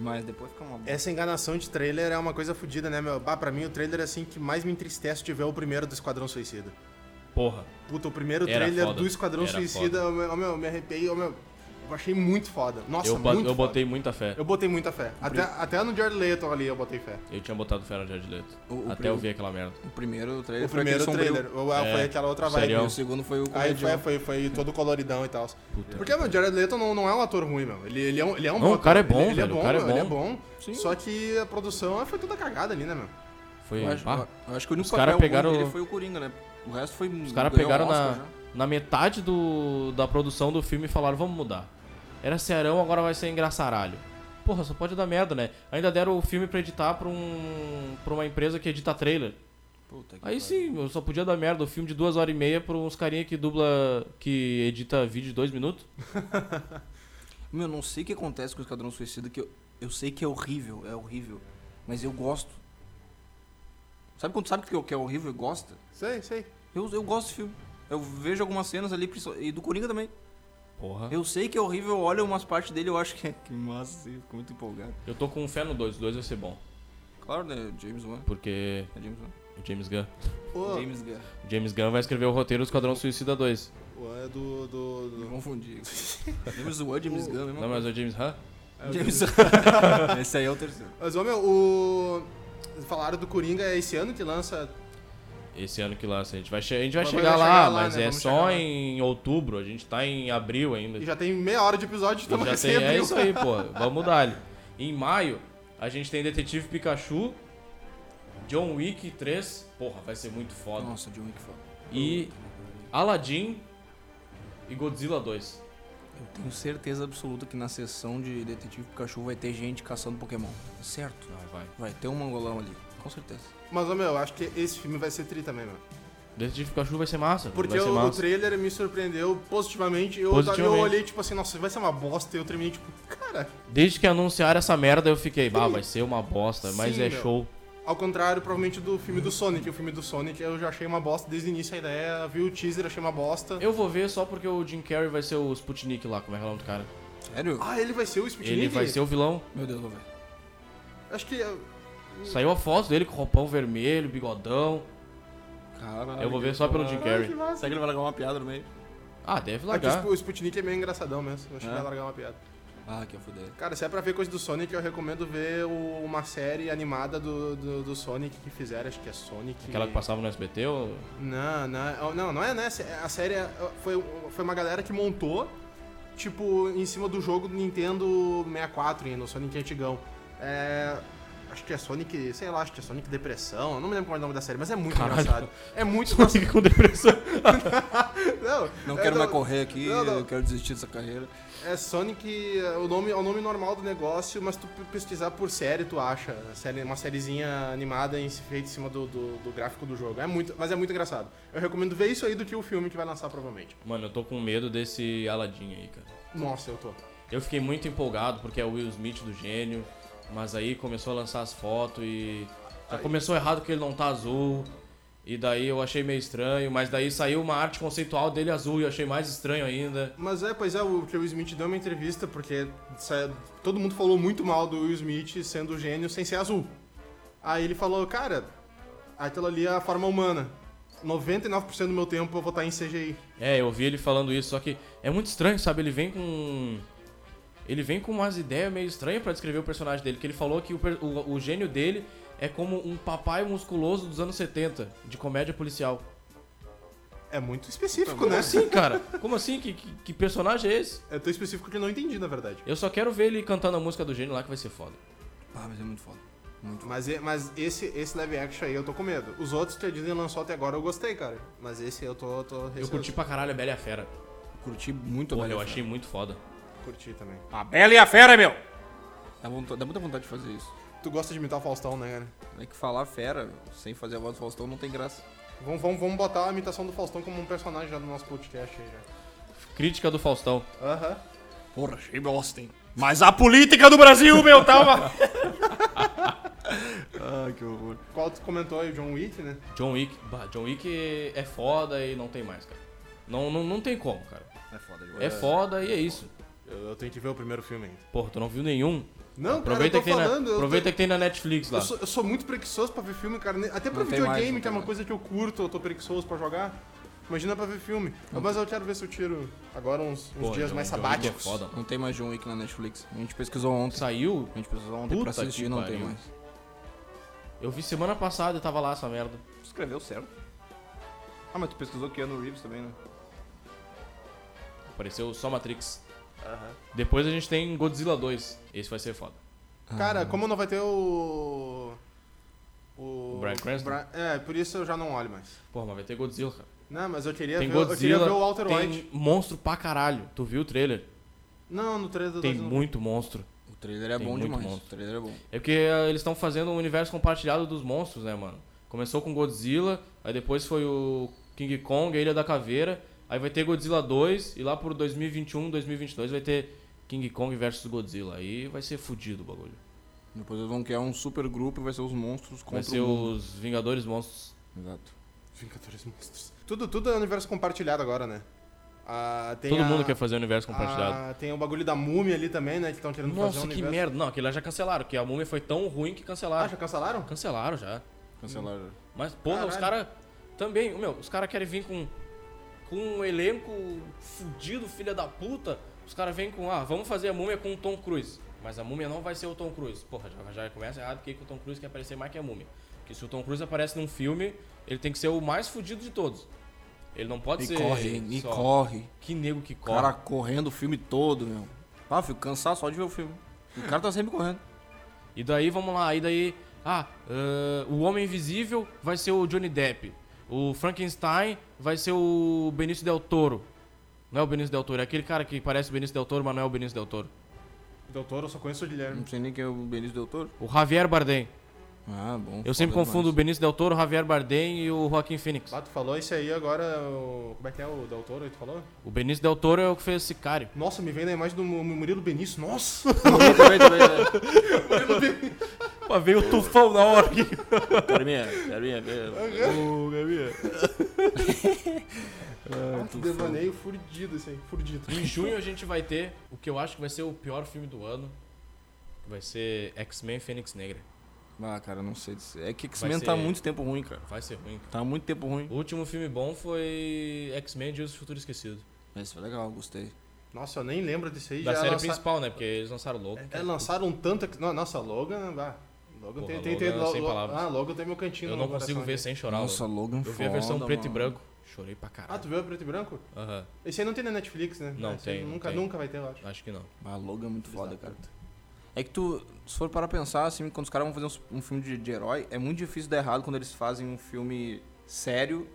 Mas depois fica uma Essa enganação de trailer é uma coisa fodida, né, meu? Bah, pra mim o trailer, assim, que mais me entristece de ver é o primeiro do Esquadrão Suicida. Porra. Puta, o primeiro Era trailer foda. do Esquadrão Era Suicida, eu, eu, meu, me arrepiei, eu, meu, eu achei muito foda. Nossa, eu, bo- muito eu foda. botei muita fé. Eu botei muita fé. Até, até no Jared Leto ali eu botei fé. Eu tinha botado fé no Jared Leto. O- o Até prim- eu ver aquela merda. O primeiro trailer O foi primeiro aquele sombrio. trailer, ou, ah, É, foi aquela outra vibe. serião. O segundo foi o Aí foi, comedião. foi, foi todo coloridão e tal. Puta. Porque meu, o Jared Leto não, não é um ator ruim, meu. Ele, ele é um, ele é um Não, bom o cara é ator. bom, ele, ele velho, é bom, o cara é meu, ele é bom. bom. Só que a produção foi toda cagada ali, né, meu? Foi. Eu acho, pá. eu acho que o único Os cara papel pegaram- ruim dele foi o Coringa, né? O resto foi... Os caras um pegaram na, na metade do, da produção do filme e falaram, vamos mudar. Era serão, agora vai ser engraçaralho. Porra, só pode dar merda, né? Ainda deram o filme pra editar pra, um, pra uma empresa que edita trailer. Puta que Aí pariu. sim, eu só podia dar merda o filme de duas horas e meia pra uns carinha que dubla, que edita vídeo de dois minutos. Meu, eu não sei o que acontece com o Esquadrão Suicida, que eu, eu sei que é horrível, é horrível. Mas eu gosto. Sabe quando tu sabe que é- que é horrível e gosta? Sei, sei. Eu, eu gosto do filme. Eu vejo algumas cenas ali, principal- e do Coringa também. Porra. Eu, Eu sei que é horrível, eu olho umas partes dele e eu acho que é... (laughs) Que massa, assim, eu fico muito empolgado. tô com fé no dois o 2 vai ser bom. Claro, né? James Wan. Porque É James Wan. o James Gunn. Pô, James Gunn. o James Gunn vai escrever o roteiro do Esquadrão Suicida 2. o é do. do, Me do... confundi. (laughs) James Wan, James Gunn, mesmo. Não, mas é o James Gunn? James (laughs) Esse aí é o terceiro. Mas, ô, meu, o. Falaram do Coringa é esse ano que lança. Esse ano que lança. A gente vai, che- a gente vai Mas vai chegar chegar lá, lá, mas né? é Vamos só chegar lá. em outubro. A gente tá em abril ainda. E já tem meia hora de episódio, A gente estamos já recém tem, é abril. isso aí, pô. Vamos dar ali. Em maio, a gente tem Detetive Pikachu, John Wick 3. Porra, vai ser muito foda. Nossa, John Wick foda. E né? Aladdin e Godzilla 2. Eu tenho certeza absoluta que na sessão de Detetive Pikachu vai ter gente caçando Pokémon. Certo? Ah, vai. Vai ter um mangolão ali, com certeza. Mas, ô, meu, eu acho que esse filme vai ser tri também, meu. Detetive Pikachu vai ser massa. Porque vai ser o, o massa. trailer me surpreendeu positivamente. Eu, Positivamente. eu olhei, tipo assim, nossa, vai ser uma bosta. E eu terminei, tipo, cara. Desde que anunciaram essa merda, eu fiquei, bah, vai ser uma bosta, mas Sim, é meu. show. Ao contrário, provavelmente, do filme do Sonic. O filme do Sonic eu já achei uma bosta desde o início a ideia. Vi o teaser, achei uma bosta. Eu vou ver só porque o Jim Carrey vai ser o Sputnik lá, como é que é o nome do cara? Sério? Ah, ele vai ser o Sputnik? Ele vai ser o vilão. Meu Deus, vou ver. Acho que. Saiu a foto dele com roupão vermelho, bigodão. Caralho. Eu vou ver só pelo Jim Carrey. Será que ele vai largar uma piada no meio? Ah, deve Aqui, o largar. Sp- o Sputnik é meio engraçadão mesmo. Eu Acho que É. vai largar uma piada. Ah, que eu fudei. Cara, se é pra ver coisa do Sonic, eu recomendo ver o- uma série animada do, do, do Sonic que fizeram. Acho que é Sonic. Aquela que passava no SBT ou... (laughs) Não, não, não, não é nessa. A série é- foi, foi uma galera que montou, tipo, em cima do jogo do Nintendo 64 ainda, o Sonic antigão. É, acho que é Sonic, sei lá, acho que é Sonic Depressão, eu não me lembro qual é o nome da série, mas é muito Caralho. engraçado. É muito (laughs) engraçado. Sonic com depressão. Não, Não é quero do- mais correr aqui, Não, não. eu quero desistir dessa carreira. É Sonic, é, o nome, é o nome normal do negócio, mas tu pe- pesquisar por série, tu acha. Série- uma sériezinha animada em, feita em cima do, do- do gráfico do jogo. É muito, mas é muito engraçado. Eu recomendo ver isso aí do que o filme que vai lançar, provavelmente. Mano, eu tô com medo desse Aladdin aí, cara. Nossa, eu tô. Eu fiquei muito empolgado porque é o Will Smith do gênio, mas aí começou a lançar as fotos e já começou errado que ele não tá azul. E daí eu achei meio estranho, mas daí saiu uma arte conceitual dele azul e eu achei mais estranho ainda. Mas é, pois é, o que o Will Smith deu uma entrevista, porque sa- todo mundo falou muito mal do Will Smith sendo gênio sem ser azul. Aí ele falou, cara, aquilo ali é a forma humana. 99% do meu tempo eu vou estar em CGI. É, eu ouvi ele falando isso, só que é muito estranho, sabe? Ele vem com. Ele vem com umas ideias meio estranhas pra descrever o personagem dele, que ele falou que o, per- o- o gênio dele é como um papai musculoso dos anos 70, de comédia policial. É muito específico, Como né? assim, cara? Como assim? Que- que, que personagem é esse? É tão específico que eu não entendi, na verdade. Eu só quero ver ele cantando a música do gênio lá que vai ser foda. Ah, mas é muito foda. Muito foda. Mas, e- mas esse, esse live action aí eu tô com medo. Os outros que a Disney lançou até agora eu gostei, cara. Mas esse eu tô, tô Eu receoso. curti pra caralho a Bela e a Fera. Curti muito Porra, a Bela eu e a Fera. achei muito foda. Curti também. A Bela e a Fera, meu! Dá, vonta- dá muita vontade de fazer isso. Tu gosta de imitar o Faustão, né, cara? É que falar fera sem fazer a voz do Faustão não tem graça. Vamos, vamos, vamos botar a imitação do Faustão como um personagem já no nosso podcast aí, já. Crítica do Faustão. Aham. Porra, achei bosta, hein? Mas a política do Brasil, meu, tá uma... (laughs) Ai, que horror. Qual tu comentou aí, John Wick, né? John Wick. Bah, John Wick é foda e não tem mais, cara. Não, não, não tem como, cara. É foda. É, foda e é isso. Eu, eu tenho que ver o primeiro filme ainda. Porra, tu não viu nenhum? Não, Aproveita, cara, eu tô que, tem falando. na, eu, aproveita que tem na Netflix tô- lá. eu sou, eu sou muito preguiçoso pra ver filme, cara. nem- Até pra Não tem mais, videogame, não que é tem uma mais. coisa que eu curto, eu tô preguiçoso pra jogar. Imagina pra ver filme. Mas eu quero ver se eu tiro agora uns, uns Pô, dias John- mais John Wick sabáticos. É foda, mano. Não tem mais John Wick na Netflix. A gente pesquisou ontem. Saiu? A gente pesquisou ontem Puta pra assistir que e não tem pariu. mais. Eu vi semana passada e tava lá essa merda. Escreveu certo. Ah, mas tu pesquisou Keanu Reeves também, né? Apareceu só Matrix. Depois a gente tem Godzilla 2. Esse vai ser foda. Ah, Ah. Cara, como não vai ter o. O. O Bryan Cranston? Bra- É, por isso eu já não olho mais. Porra, mas vai ter Godzilla, cara. Não, mas eu queria, Tem ver, eu queria Godzilla, ver o Walter White. tem monstro pra caralho. Tu viu o trailer? Não, no 3 do Tem 2 não. muito monstro. O trailer é Tem bom muito demais. monstro. O trailer é bom. É porque ah, eles estão fazendo um universo compartilhado dos monstros, né, mano? Começou com Godzilla, aí depois foi o King Kong, a Ilha da Caveira, aí vai ter Godzilla 2 e um, lá por 2021, 2022 vai ter King Kong versus Godzilla. Aí vai ser fudido o bagulho. Depois eles vão criar um super grupo e vai ser os monstros contra Vai ser o mundo. os Vingadores Monstros. Exato. Vingadores Monstros. Tudo, tudo é universo compartilhado agora, né? Ah, tem Todo a- Ah, mundo quer fazer o universo compartilhado. a- tem o bagulho da múmia ali também, né? Que estão querendo fazer Nossa, um que universo. merda. Não, aquele lá já cancelaram, que a múmia foi tão ruim que Ah, cancelaram. já cancelaram? Cancelaram já. Cancelaram. Mas, porra, os Caralho. caras também, meu, os caras querem vir com, com um elenco fudido, filha da puta. Os caras vêm com, ah, vamos fazer a múmia com o Tom Cruise. Mas a múmia não vai ser o Tom Cruise. Porra, já, já começa errado, porque que o Tom Cruise quer aparecer mais que a múmia. Porque se o Tom Cruise aparece num filme, ele tem que ser o mais fudido de todos. Ele não pode E ser. corre, e só- corre. Que nego que O corre. cara correndo o filme todo, meu. Ah, fico cansado só de ver o filme. O cara tá sempre correndo. E daí, vamos lá, e daí. Ah, ãh, o Homem Invisível vai ser o Johnny Depp. O Frankenstein vai ser o Benício Del Toro. Não é o Benício Del Toro, é aquele cara que parece o Benício Del Toro, mas não é o Benício Del Toro. Doutor, eu só conheço o Guilherme. Não sei nem quem é o Benício Del Toro. O Javier Bardem. Ah, bom. Eu sempre foda confundo o Benício Del Toro, o Javier Bardem e o Joaquim Phoenix. Ah, tu falou esse aí agora, o... como é que é o Doutor aí, tu falou? O Benício Del Toro é o que fez Sicário. Nossa, me vem na imagem do Mu- Murilo Benício, nossa! demais. Também, também, (laughs) também. né? Pô, veio o tufão na hora. Carminha, Carminha, Carminha. (laughs) (laughs) Ô, Gabi. ah, que devaneio fudido esse aí, fudido. Em junho a gente vai ter o que eu acho que vai ser o pior filme do ano. que Vai ser X-Men Fênix Negra. Ah, cara, não sei disso. É que Vai X-Men ser- tá há muito tempo ruim, cara. Vai ser ruim. cara. Tá há muito tempo ruim. O último filme bom foi X-Men Dias do Futuro Esquecido. Esse foi legal, gostei. Nossa, eu nem lembro desse aí. Da já série lança- principal, né? Porque eles lançaram logo. É, lançaram tanto que... não, Nossa, Logan, bah. Logan Porra, tem, tem, tem, Logan, é lo- sem lo- palavras. Ah, Logan tem meu cantinho eu no não consigo coração ver aqui. sem chorar. Nossa, Logan. Logan Eu vi a versão foda, preto e mano. branco. Chorei pra Ah, caralho. tu viu a preto e branco? Aham. Esse aí não tem na Netflix, né? Não Esse tem, aí não Nunca, tem. nunca vai ter, eu acho. Acho que não. Ah, Logan é muito foda, Exato. cara. É que tu, se for para pensar, assim, quando os caras vão fazer um s- um, filme de, de herói, é muito difícil dar errado quando eles fazem um filme sério,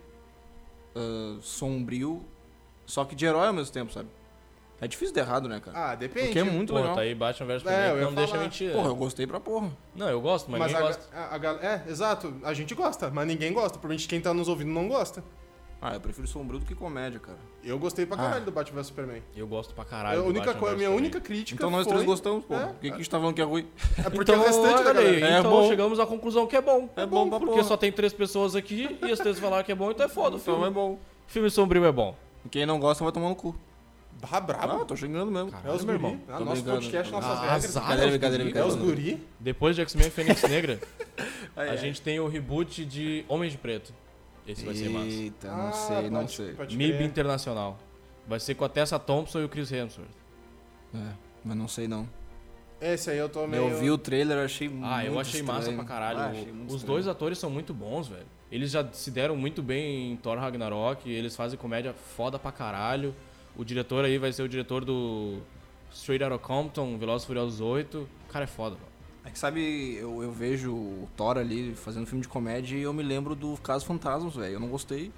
ah, sombrio, só que de herói ao mesmo tempo, sabe? É difícil dar errado, né, cara? Ah, depende. Porque é muito Pô, legal. tá aí Batman vs É, Superman eu que ia não deixa falar. mentir. né? Porra, eu gostei pra porra. Não, eu gosto, mas, mas ninguém a, gosta. ga- a, a gal- É, exato. A gente gosta, mas ninguém gosta. Provavelmente quem tá nos ouvindo não gosta. Ah, eu prefiro sombrio do que comédia, cara. Eu gostei pra Ah. caralho do Batman vs Superman. Eu gosto pra É A caralho. do única Batman coisa, a vs minha Superman. única crítica Então nós foi... três gostamos, porra. É. Por que, que a gente tá falando que é ruim? É porque Então, o restante da olha aí, galera... galera- É então bom. chegamos à conclusão que é bom. É bom pra porque porra. só tem três pessoas aqui e as três falaram que é bom, então é foda. O Então filme, é bom. filme sombrio é bom. Quem não gosta vai tomar no cu. Bah, Ah, brabo. tô xingando mesmo. Caralho. É os meu guri. irmão. Ah, Tô nosso brincando. podcast, nossas Ah, regras. azar. Brincadeira, brincadeira, É os brincadeira. guri. Depois de X-Men Fênix Negra, Ai, a ai. gente tem o reboot de Homem de Preto. Esse vai ser massa. Eita, não Ah, sei, não pode- sei. pode MIB crer. Internacional. Vai ser com a Tessa Thompson e o Chris Hemsworth. É, mas não sei não. Esse aí eu tô meio... Eu vi o trailer, achei muito Ah, eu achei massa estranho. pra caralho. Ah, achei muito Os estranho. dois atores são muito bons, velho. Eles já se deram muito bem em Thor Ragnarok, eles fazem comédia foda pra caralho. O diretor aí vai ser o diretor do Straight Outta Compton, Velozes e Furiosos 8. O cara é foda, mano. É que sabe, eu, eu vejo o Thor ali fazendo filme de comédia e eu me lembro do Caso Fantasmas, velho. Eu não gostei.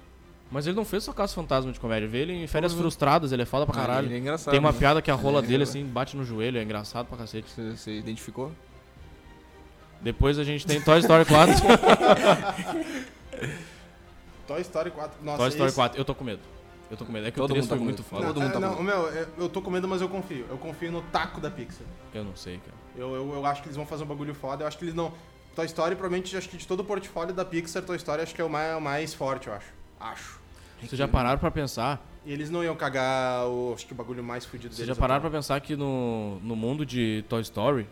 Mas ele não fez só Caso Fantasma de comédia. Vê ele em Férias Uhum. Frustradas, ele é foda pra Ah, caralho. ele é engraçado. Tem uma né? piada que a rola É, dele, velho. assim, bate no joelho. É engraçado pra cacete. Você, você identificou? Depois a gente tem Toy Story (laughs) 4. Toy Story 4. Nossa, Toy Story esse- 4. Eu tô com medo. Eu tô com medo. É que Todo o 3 mundo tá foi com muito medo. foda. Todo mundo tá Ah, não, bom. meu, eu- eu tô com medo, mas eu confio. Eu confio no taco da Pixar. Eu não sei, cara. É Eu, eu, eu acho que eles vão fazer um bagulho foda. Eu acho que eles não. Toy Story, provavelmente, acho que de todo o portfólio da Pixar, Toy Story acho que é o mais, o mais forte, eu acho. Acho. Vocês já pararam pra pensar? E eles não iam cagar o, acho que o bagulho mais fudido Vocês já deles. pararam então. pra pensar que no, no mundo de Toy Story,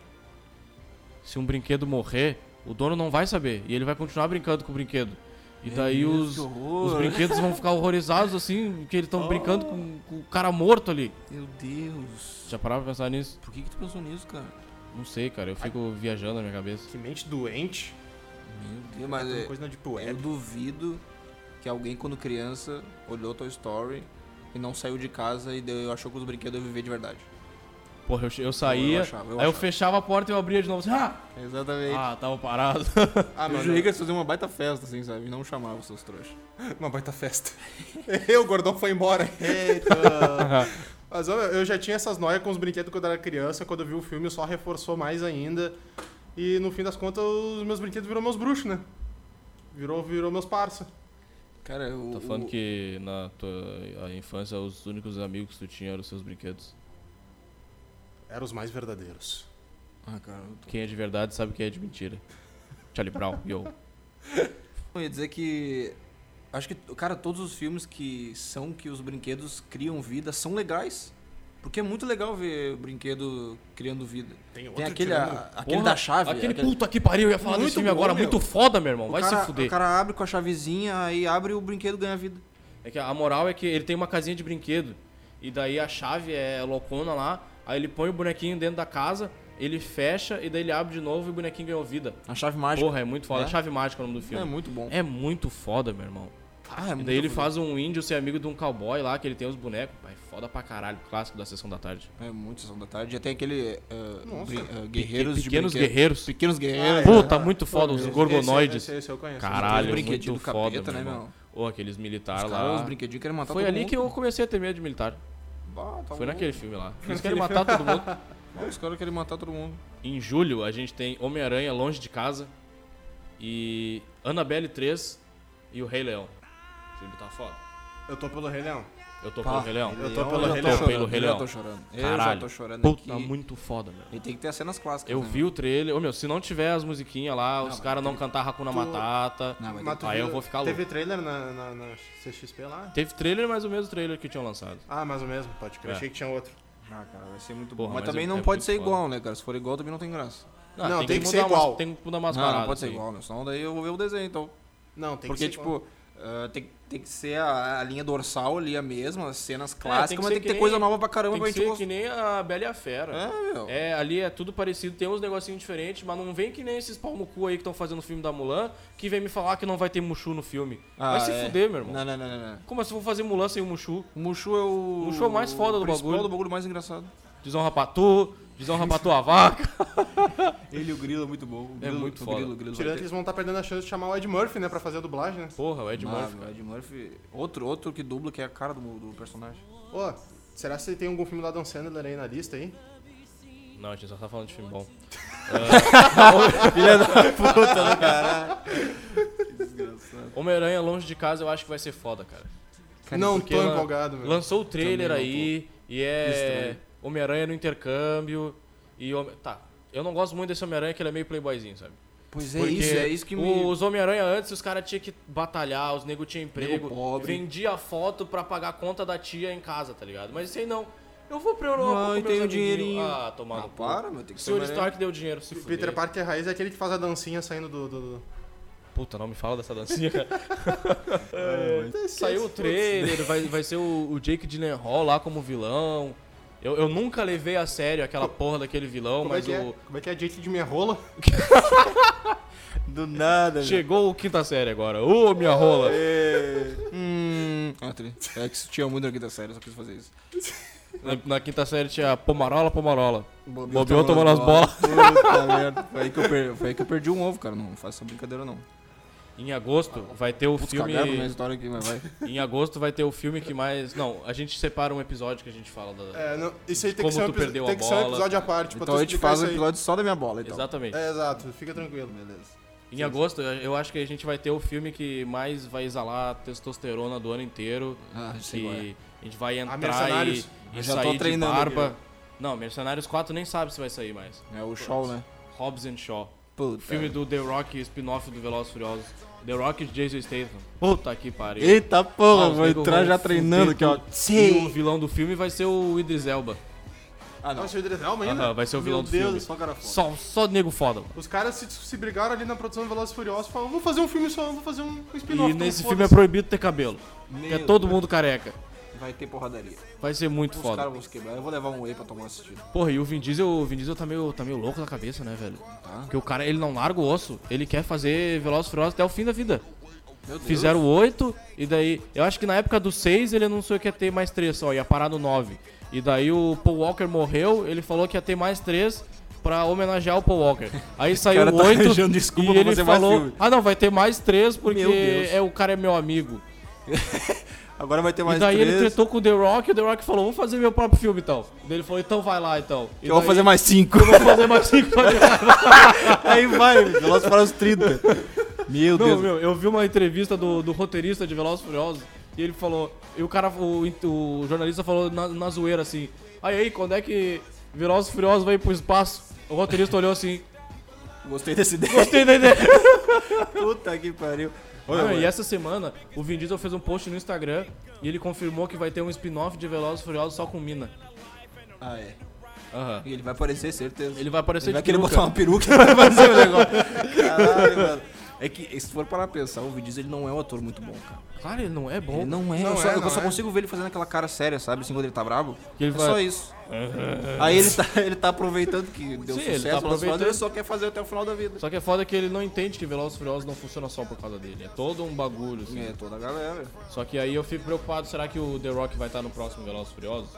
se um brinquedo morrer, o dono não vai saber e ele vai continuar brincando com o brinquedo. E daí os, É que horror. Oh. os brinquedos vão ficar horrorizados, assim, porque eles (laughs) estão brincando com, com o cara morto ali. Meu Deus. Já parava pra pensar nisso? Por que, que tu pensou nisso, cara? Não sei, cara. Eu fico viajando na minha cabeça. Que mente doente. Meu Deus, mas Tem é, coisa na Deep Web. eu duvido que alguém, quando criança, olhou Toy Story e não saiu de casa e deu- achou que os brinquedos iam viver de verdade. Porra, eu, che- eu saía, Eu achava, eu aí eu achava. fechava a porta e eu abria de novo assim, ah! Exatamente. Ah, tava parado. Ah, eu mano. (laughs) jurei que eles faziam uma baita festa, assim, sabe? E não chamavam seus trouxas. é Uma baita festa. eu, (laughs) o gordão foi embora. Eita. (laughs) Mas olha, eu já tinha essas noias com os brinquedos quando eu era criança. Quando eu vi o filme, só reforçou mais ainda. E no fim das contas, os meus brinquedos virou meus bruxos, né? Virou, virou meus parça. Cara, eu. Tá falando que na tua a infância os únicos amigos que tu tinha eram os seus brinquedos. Eram os mais verdadeiros. Ah, cara, eu Quem é de verdade sabe quem é de mentira. Charlie Brown, (laughs) yo. Eu ia dizer que. Acho que, cara, todos os filmes que são que os brinquedos criam vida são legais. Porque é muito legal ver o brinquedo criando vida. Tem outro Tem aquele, tirando- a- aquele Porra, da chave. Aquele puta que pariu, eu ia falar Muito desse filme agora. bom, Muito meu. foda, meu irmão. o Vai cara- se fuder. O cara abre com a chavezinha, aí abre e o brinquedo ganha vida. É que a moral é que ele tem uma casinha de brinquedo. E daí a chave é loucona lá. Aí ele põe o bonequinho dentro da casa, ele fecha e daí ele abre de novo e o bonequinho ganhou vida. A chave mágica. Porra, é muito foda. É? Chave mágica é o nome do é filme. muito bom. É, muito foda, meu irmão. Ah, é e muito daí ele foda. faz um índio ser amigo de um cowboy lá, que ele tem os bonecos. Pai, foda pra caralho, clássico da sessão da tarde. É muito sessão da tarde. Já tem aquele. eh, Nossa. brin- eh, Pequenos guerreiros de brinquedo. guerreiros. Pequenos guerreiros. Ah, é. Puta, muito foda, os Esse- gorgonoides. Esse, esse, esse eu conheço. Caralho, Os brinquedinhos muito do capeta, foda, né, meu meu? irmão. Ou aqueles militares Os caras, lá. os brinquedinhos querem matar Foi todo ali mundo. que eu comecei a ter medo de militar. Bah, tá Foi louco. naquele filme (laughs) lá. Eles querem matar todo mundo. Ah, Os caras querem matar todo mundo. Em julho, a gente tem Homem-Aranha Longe de Casa e Annabelle 3 e o Rei Leão. O filme tá foda. Eu tô pelo Rei Leão. Eu tô Pá, pelo Rei Leão. Eu tô pelo já Rei Leão. Tô pelo Rei eu Leão. já tô tá chorando. Eu já Caralho. tô chorando Puta, aqui. muito foda, meu. E tem que ter as cenas clássicas. Eu né, vi o trailer. Ô, meu, se não tiver as musiquinhas lá, os mas caras não cantar Hakuna Matata. Não, mas Mas tu Aí eu viu- vou ficar louco. Teve trailer na, na, na CXP lá? Teve trailer, mas o mesmo trailer que tinham lançado. Ah, mais ou menos, pode crer. É. Achei que tinha outro. Ah, cara, vai ser muito bom. Porra, mas, mas também é- não é pode muito ser foda. igual, né, cara? Se for igual, também não tem graça. Ah, Não, tem que ser mudar umas- igual. tem que mudar umas não, paradas. não pode ser assim. igual, né? Senão daí eu vou ver o desenho, então. Não, tem Porque, que ser tipo, ah, tem, tem que ser a, a linha dorsal ali a mesma, as cenas É, tem clássicas, que mas ser tem que que ter nem- coisa nova pra caramba Tem pra que gente ser gostar. que nem a Bela e a Fera. É, meu. É, ali é tudo parecido, tem uns negocinhos diferentes, mas não vem que nem esses pau no cu aí que estão fazendo o filme da Mulan, que vem me falar que não vai ter Mushu no filme. Ah, vai se é. fuder, meu irmão. Não, não, não, não, não. Como assim eu vou fazer Mulan sem o Mushu? O Mushu é o. Mushu é o mais foda do principal bagulho. do bagulho mais engraçado. Desonra pra tu, desonra pra tua (laughs) vaca. Ele e o Grilo é muito bom. O É Grilo- muito o foda. Grilo, o Grilo vai Tirando ter- que eles vão estar perdendo a chance de chamar o Ed Murphy, né, pra fazer a dublagem, né? Porra, o Ed Ah, Murphy, meu, cara. Ed Murphy. Outro, outro que dubla, que é a cara do, do personagem. Ô, será que tem algum filme do Adam Sandler aí na lista aí? Não, a gente só tá falando de filme bom. (laughs) Filha da puta, né, caralho? Que desgraçado. Homem-Aranha longe de casa eu acho que vai ser foda, cara. não porque tô ela- empolgado, meu. Lançou o trailer Também não aí, e é Homem-Aranha no intercâmbio, e... Homem- Tá, eu não gosto muito desse Homem-Aranha, que ele é meio playboyzinho, sabe? Pois é Porque isso, é isso que me... Os Homem-Aranha antes, os caras tinham que batalhar, os nego tinham emprego, Nego pobre. Ah, vendia a foto pra pagar a conta da tia em casa, tá ligado? Mas isso aí não. Eu vou pra Europa Não, com e meus tem o amiguinhos. dinheirinho. Ah, tomar Ah, no cu. para, meu, tem que ser Senhor Homem-Aranha. Stark deu dinheiro, se fuder. Peter Parker Raiz é aquele que faz a dancinha saindo do... do- do- Puta, não me fala dessa (laughs) dancinha. Saiu o trailer, vai, vai ser o, o Jake Gyllenhaal lá como vilão. Eu, eu nunca levei a sério aquela porra daquele vilão, Como, é mas que o... é? Como é que é? Jake de minha rola? (laughs) Do é? nada, Chegou o quinta série agora. Ô, minha rola! Hum... Ah, tri. É que isso tinha muito aqui da série, só quis fazer isso. Na, na quinta série tinha Pomarola, Pomarola. Bobeou tomando as bolas. Puta (laughs) merda. Foi aí, que eu perdi, foi aí que eu perdi um ovo, cara. Não faça essa brincadeira, não. Em agosto vai ter o Putz, filme. cagaram minha história aqui, mas vai. Tipo, Em agosto vai ter o filme que mais. Não, a gente separa um episódio que a gente fala da. É, não, isso aí tem Como que ser um, tu episo- perdeu a tem que ser um bola. episódio à parte. pra Então tu a gente explicar faz um isso aí. episódio só da minha bola, então. Exatamente. É, exato. Fica tranquilo. Beleza. Em agosto, eu- eu acho que a gente vai ter o filme que mais vai exalar testosterona do ano inteiro. Ah, eu sei qual é. Que a gente vai entrar e, Mercenários. e Eu já tô sair de treinando né? barba. Não, Mercenários 4 nem sabe se vai sair mais. É o show, né? Hobbs and Shaw. Puta. Filme do The Rock, spin-off do Velozes e Furiosos. The Rock e Jason Statham. Puta que pariu. Eita Ah, porra, os vou nego entrar vão já fuder treinando aqui, ó. tudo. E o vilão do filme vai ser o Idris Elba. Ah, não. Vai ser o Idris Elba ainda? Aham, vai ser o vilão do Meu Deus, filme. só cara foda. Só, só nego foda, mano. Os caras se, se brigaram ali na produção de Velozes e Furiosos e falaram, vou fazer um filme só, vou fazer um, um spin-off. E então nesse foda-se." filme é proibido ter cabelo. assim. Meu Que é todo Deus. mundo careca. Vai ter porradaria. Vai ser muito Os foda. caras vão se quebrar. Eu vou levar um whey pra tomar esse tiro. Porra, e o Vin Diesel, o Vin Diesel tá meio, tá meio louco da cabeça, né, velho? Tá? Porque o cara, ele não larga o osso. Ele quer fazer Velozes e Furiosos até o fim da vida. Meu Deus. Fizeram o 8 e daí... Eu acho que na época do 6 ele anunciou que ia ter mais 3 só, ia parar no 9. E daí o Paul Walker morreu, ele falou que ia ter mais 3 pra homenagear o Paul Walker. (laughs) Aí saiu cara o tá 8 arranjando desculpa e pra ele fazer mais falou... filme. ah, não, vai ter mais 3 Meu porque Deus. é, o cara é meu amigo. Agora vai ter mais e daí ele três. tretou com o The Rock e o The Rock falou, vou fazer meu próprio filme então. Daí ele falou, então vai lá então. E Eu vou daí- (laughs) fazer mais (laughs) cinco. Vou fazer mais 5 (laughs) Aí vai, Velozes para os 30. Meu Não, Deus. meu, eu vi uma entrevista do, do roteirista de Velozes e Furiosos e ele falou, e o cara, o, o jornalista falou na, na zoeira assim, aí aí, quando é que Velozes e Furiosos vai pro espaço? O roteirista olhou assim, Gostei desse (laughs) ideia. gostei da ideia. Puta que pariu. Ah, Olha, Não, mano. e essa semana, o Vin Diesel fez um post no Instagram e ele confirmou que vai ter um spin-off de Velozes e Furiosos só com mina. Ah, é. Aham. E Ele vai aparecer, certeza. Ele vai aparecer Ele vai de querer peruca. botar uma peruca e vai fazer (laughs) o negócio. Caralho, mano. É que, se for parar pra pensar, o Vin Diesel ele não é um ator muito bom, cara. Cara, ele não é bom. Ele não é, Não eu só, é, eu não só é. consigo ver ele fazendo aquela cara séria, sabe? Assim, quando ele tá bravo. Que ele é vai- É. só isso. Aí ele tá, ele tá aproveitando que deu Sim, ele sucesso, tá ele, aproveitando. ele só quer fazer até o final da vida. Só que é foda que ele não entende que Velozes e Furiosos não funciona só por causa dele. É todo um bagulho, assim. É, toda a galera. Só que aí eu fico preocupado, será que o The Rock vai estar no próximo Velozes e Furiosos?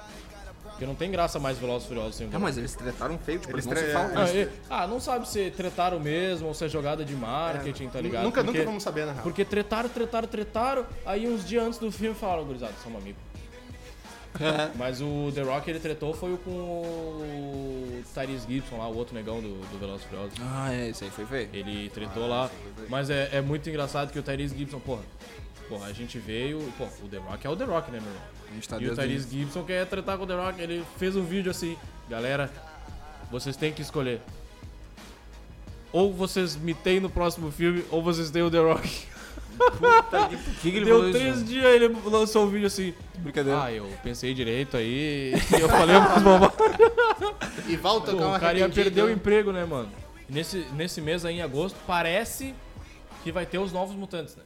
Porque não tem graça mais Velozes e Furiosos É, sem o The Ah, Rock. mas eles tretaram feio, tipo, Eles eles não se tre- falam. é, Ah, mais. e- ah, não sabe se tretaram mesmo ou se é jogada de marketing, tá ligado? É, Nunca, porque, nunca vamos saber, na real. Porque tretaram, tretaram, tretaram, aí uns dias antes do filme falaram, gurizada, somos amigos. É. Mas o The Rock, ele tretou foi o com o Tyrese Gibson lá, o outro negão do, do Velozes e Furiosos. Ah, é, isso aí foi feio. Ele tretou lá. Mas é, é muito engraçado que o Tyrese Gibson, porra. Porra, a gente veio. Pô, o The Rock é o The Rock, né, meu irmão? A gente tá e o desde- Tyrese Gibson quer tretar com o The Rock. Ele fez um vídeo assim: galera, vocês têm que escolher. Ou vocês me têm no próximo filme, ou vocês têm o The Rock. O que, que ele Deu falou três isso? dias ele lançou um vídeo assim. Brincadeira. Ah, eu pensei direito aí e eu falei umas bobagens. E volta Pô, com o cara ia perder o emprego, né, mano? Nesse, nesse mês aí, em agosto, parece que vai ter os novos mutantes, né?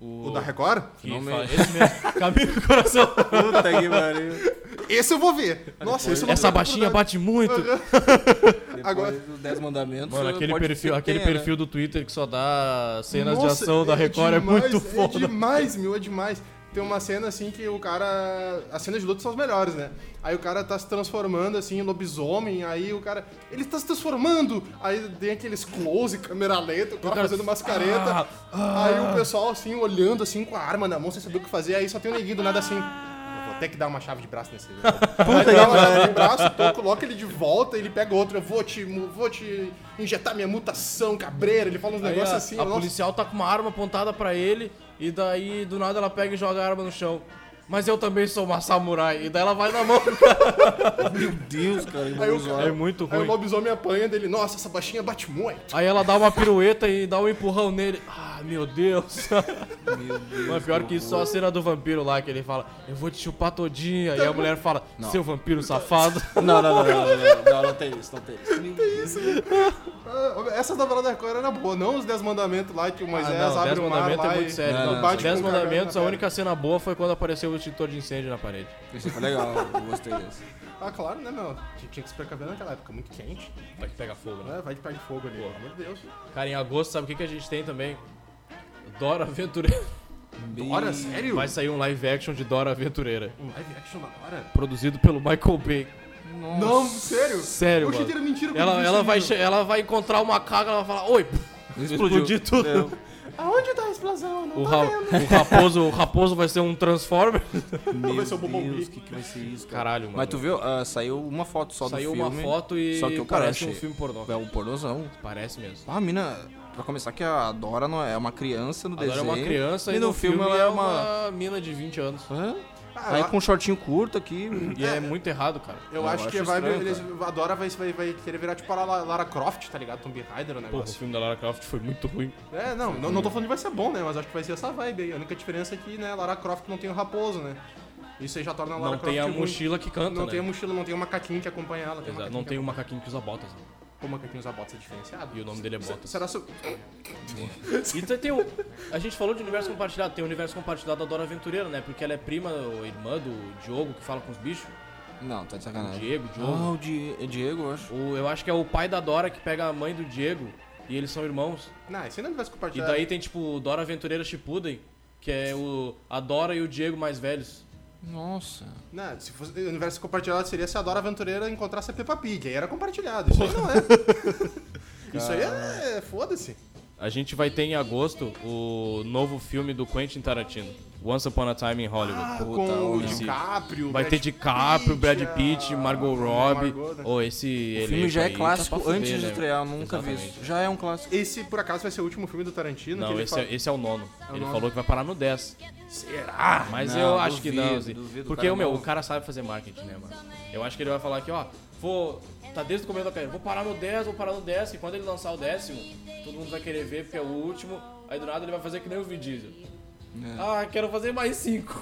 O da Record? que Não fala- mesmo. Esse mesmo. Caminho do coração. Puta que pariu. (laughs) Esse eu vou ver. Nossa, esse eu não Essa tenho baixinha oportunidade. bate muito. Depois Agora- dos 10 mandamentos. Mano, aquele pode perfil, ser que aquele tenha, né? perfil do Twitter que só dá cenas Nossa, de ação da é Record demais, é muito foda. É demais, meu, é demais. Tem uma cena assim que o cara. As cenas de luta são as melhores, né? Aí o cara tá se transformando assim em lobisomem, aí o cara. Ele tá se transformando! Aí tem aqueles close, câmera lenta, o cara cara- ah, fazendo mascareta. aí o pessoal assim, olhando assim com a arma na mão, sem saber o que fazer, aí só tem o neguinho do nada assim. "Eu Vou ter que dar uma chave de braço nesse. (laughs) Puta dá uma chave de braço, então coloca ele de volta, ele pega outro. Eu vou te, mu- vou te injetar minha mutação, cabreira. Ele fala uns Aí negócios a, assim. a nossa. policial tá com uma arma apontada pra ele e daí do nada ela pega e joga a arma no chão. Mas eu também sou uma samurai. E daí ela vai na (laughs) mão. Meu Deus, cara. Aí o eu... cara- É muito Aí o ruim. lobisomem apanha dele, nossa, essa baixinha bate muito. Aí ela dá uma pirueta e dá um empurrão nele. Ah, meu (laughs) Deus. Meu Deus. Mas pior que isso, só a cena do vampiro lá, que ele fala, eu vou te chupar todinha. Tá E a mulher fala, seu vampiro safado. Não, não, não, não, não, não, não, não tem isso, não tem isso. Ah, Essa novela da Record era boa, não os 10 mandamentos lá que o Ah, Moisés não, é, abre 10 o mar mandamentos lá é muito e- sério. Ah, Não, não, bate com 10 o né? cagão mandamentos, na a pedra. única cena boa foi quando apareceu o extintor de incêndio na parede. Isso foi legal, eu gostei disso. Ah, claro, né, meu? Tinha tinha que se precaver naquela época, muito quente. Vai que pega fogo, né? Vai de pé de fogo ali, pelo amor de Deus. Cara, em agosto, sabe o que, que a gente tem também? Dora Aventureira. Dora, sério? Vai sair um live action de Dora Aventureira. Um live action da Dora? Produzido pelo Michael Bay. Não, sério? Sério, Eu achei que mano. era mentira. quando eu Ela, vi ela, esse vai, vídeo. che- ela vai encontrar uma caga, ela vai falar, oi, explodir tudo. Aonde tá a explosão? Não O, tá ra- vendo. o raposo, o raposo vai ser um Transformer. Meu (laughs) Vai ser o Bobombi. Deus, o que, que vai ser isso, cara? Caralho, mano. Mas tu viu, ah, saiu uma foto só Saiu do filme. uma foto e Só que o cara parece um achei- filme pornô. É um pornozão. Parece mesmo. Ah, a mina... Pra começar que a Dora não é, é uma criança no Agora é desenho. uma criança e no, filme, ela é uma mina de 20 anos. Hã? Ah, Aí eu- com um shortinho curto aqui. E é muito errado, cara. Eu Eu acho, acho é que vai, estranho, eles- a Dora vai, vai, vai querer virar tipo a La- Lara Croft, tá ligado? Tomb Raider, o Porra, o negócio. filme da Lara Croft foi muito ruim. É, não, não, não tô falando que vai ser bom, né? Mas acho que vai ser essa vibe aí. A única diferença é que, né, Lara Croft não tem o raposo, né? Isso aí já torna a Lara Não é tem a Croft ruim. mochila que canta, Não né? tem a mochila, não tem uma macaquinha que acompanha ela. Tem Exato, uma Não caquinha tem o macaquinho que usa botas. né? que... O macaquinho usa botas é diferenciado. E o nome dele é Se- Botas. Será su... E tem, tem o. A gente falou de universo compartilhado. Tem o universo compartilhado da Dora Aventureira, né? Porque ela é prima ou irmã do Diogo que fala com os bichos. Não, tá de O sacanagem. Diego, Ah, Diogo. o Die- é Diego, eu acho. O, eu acho que é o pai da Dora que pega a mãe do Diego. E eles são irmãos. Não, esse não é universo E compartilhado. daí tem tipo o Dora Aventureira Shippuden, que é o a Dora e o Diego mais velhos. Nossa. Não, se fosse universo compartilhado seria se a Dora Aventureira encontrasse a Peppa Pig. Aí era compartilhado. Isso aí (laughs) não é. Isso aí é... Foda-se. A gente vai ter em agosto o novo filme do Quentin Tarantino, Once Upon a Time in Hollywood. Ah, puta, com o olha. DiCaprio, Vai Brad ter DiCaprio, Brad Pitt, Pitt, a- Margot Robbie. Margot, né? Ou esse ah, O filme já é clássico antes de estrear. estrear, nunca vi isso. né? Exatamente. Já é um clássico. Esse, por acaso, vai ser o último filme do Tarantino? que Não, ele esse fala- é, esse é o nono. o ele nono. falou que vai parar no 10. Será? Mas Ah, Não, eu acho que não. duvido, assim. duvido, o porque cara o meu, não- o cara sabe fazer marketing, né, mano? Eu acho que ele vai falar aqui, ó, vou. Tá desde o começo da carreira, vou parar no 10, vou parar no 10, e quando ele lançar o décimo, todo mundo vai querer ver porque é o último. Aí do nada ele vai fazer que nem o Vin Diesel. É. Ah, quero fazer mais 5.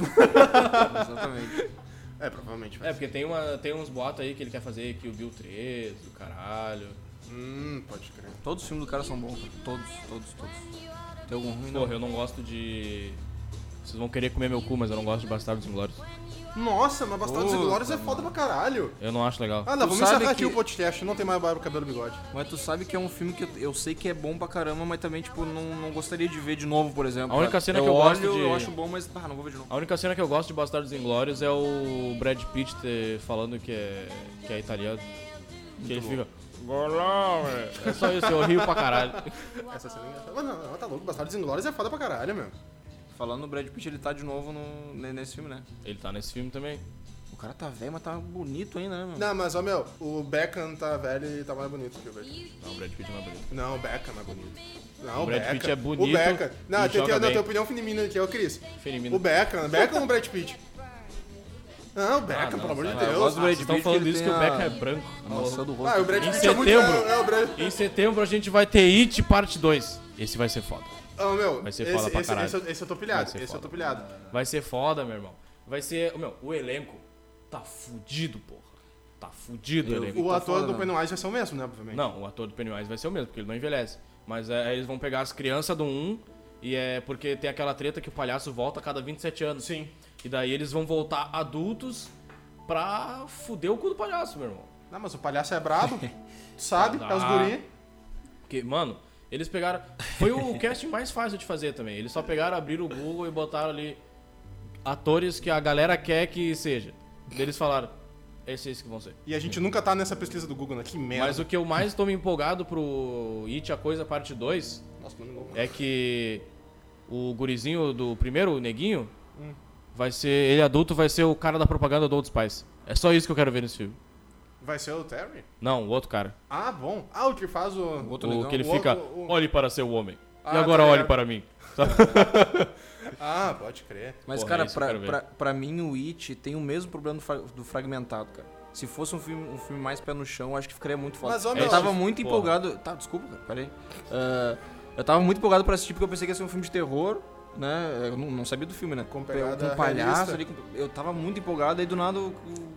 Exatamente. É, provavelmente vai (laughs) É, ser. porque tem, uma, tem uns boatos aí que ele quer fazer que o Bill 3, do caralho. Hum, pode crer. Todos os filmes do cara são bons. cara. Todos, todos, todos. Tem algum ruim? Não. Porra, eu não gosto de. Vocês vão querer comer meu cu, mas eu não gosto de Bastardos Inglórios. Nossa, mas Bastardos e Puta, Glórias é foda pra caralho. Eu não acho legal. Ah, não, Tu vamos sabe encerrar que- aqui o podcast. Não tem mais barba, cabelo e bigode. Mas tu sabe que é um filme que eu, eu sei que é bom pra caramba, mas também, tipo, não, não gostaria de ver de novo, por exemplo. A única cara. cena eu que eu olho, gosto de- eu acho bom, mas ah, não vou ver de novo. A única cena que eu gosto de Bastardos Inglórios é o Brad Pitt ter- falando que é, que é italiano. Que ele fica. É só isso, eu rio pra caralho. Essa cena é engraçada. Mas não, não, tá louco. Bastardos e Glórias é foda pra caralho, meu. Falando no Brad Pitt, ele tá de novo no, ne- nesse filme, né? Ele tá nesse filme também. O cara tá velho, mas tá bonito ainda, né, mano? Não, mas, ó, meu, o Beckham tá velho e tá mais bonito que o Brad Pitt. Não, o Brad Pitt não é bonito. Não, o Beckham é bonito. Não, O Brad Beckham. Pitt é bonito O Beckham. Não, e tem, joga tem, não, bem. tem opinião feminina aqui, é o Cris. Feminino. O Beckham. Beckham ou o Brad Pitt? Não, o Beckham, Ah, não, pelo amor de não, eu Deus. gosto Ah, do Brad Vocês estão Pitt, falando ele isso que tem o Beckham a- é branco. A maçã do rosto. Ah, o Brad Em Pitt é muito... setembro. É, é o Brad... Em setembro a gente vai ter It Parte 2. Esse vai ser foda. Ah, meu, Vai ser esse, foda pra esse, caralho. esse, eu- esse eu tô pilhado, Vai ser esse eu foda. tô pilhado. Vai ser foda, meu irmão. Vai ser. Meu, o elenco tá fudido, porra. Tá fudido Eu o elenco. O tá ator foda, do não. Pennywise vai ser o mesmo, né, obviamente. Não, o ator do Pennywise vai ser o mesmo, porque ele não envelhece. Mas é, eles vão pegar as crianças do 1 e é porque tem aquela treta que o palhaço volta a cada 27 anos. Sim. E daí eles vão voltar adultos pra fuder o cu do palhaço, meu irmão. Não, mas o palhaço (laughs) é brabo, tu sabe, Dá. é os guri. Porque, mano, eles pegaram. Foi o casting mais fácil de fazer também. Eles só pegaram, abriram o Google e botaram ali atores que a galera quer que seja. Daí Eles falaram, "É esses que vão ser. E a gente nunca tá nessa pesquisa do Google, né? Que merda. Mas o que eu mais tô me empolgado pro It a Coisa Parte 2 Nossa, não me engano. é que o gurizinho do primeiro, o neguinho, vai ser. Ele adulto vai ser o cara da propaganda do Old Spice. É só isso que eu quero ver nesse filme. Vai ser o Terry? Não, o outro cara. Ah, bom. Ah, o que faz o... O outro O negão. que ele O fica. outro- o- Olhe para seu homem. Ah, e tá agora olhe ligado. para mim. (laughs) Ah, pode crer. Mas, Porra, cara, isso eu pra, quero ver. pra, pra mim o It tem o mesmo problema do, fra- do fragmentado, cara. Se fosse um filme, um filme mais pé no chão, eu acho que ficaria muito foda. Mas, ó, eu meu, tava esse- muito porra. empolgado. Tá, desculpa, cara, peraí. Ah, eu tava muito empolgado pra assistir porque eu pensei que ia ser um filme de terror, né? Eu não, não sabia do filme, né? Com Pe- pegada um palhaço realista. ali. com- Eu tava muito empolgado, aí do nada o, o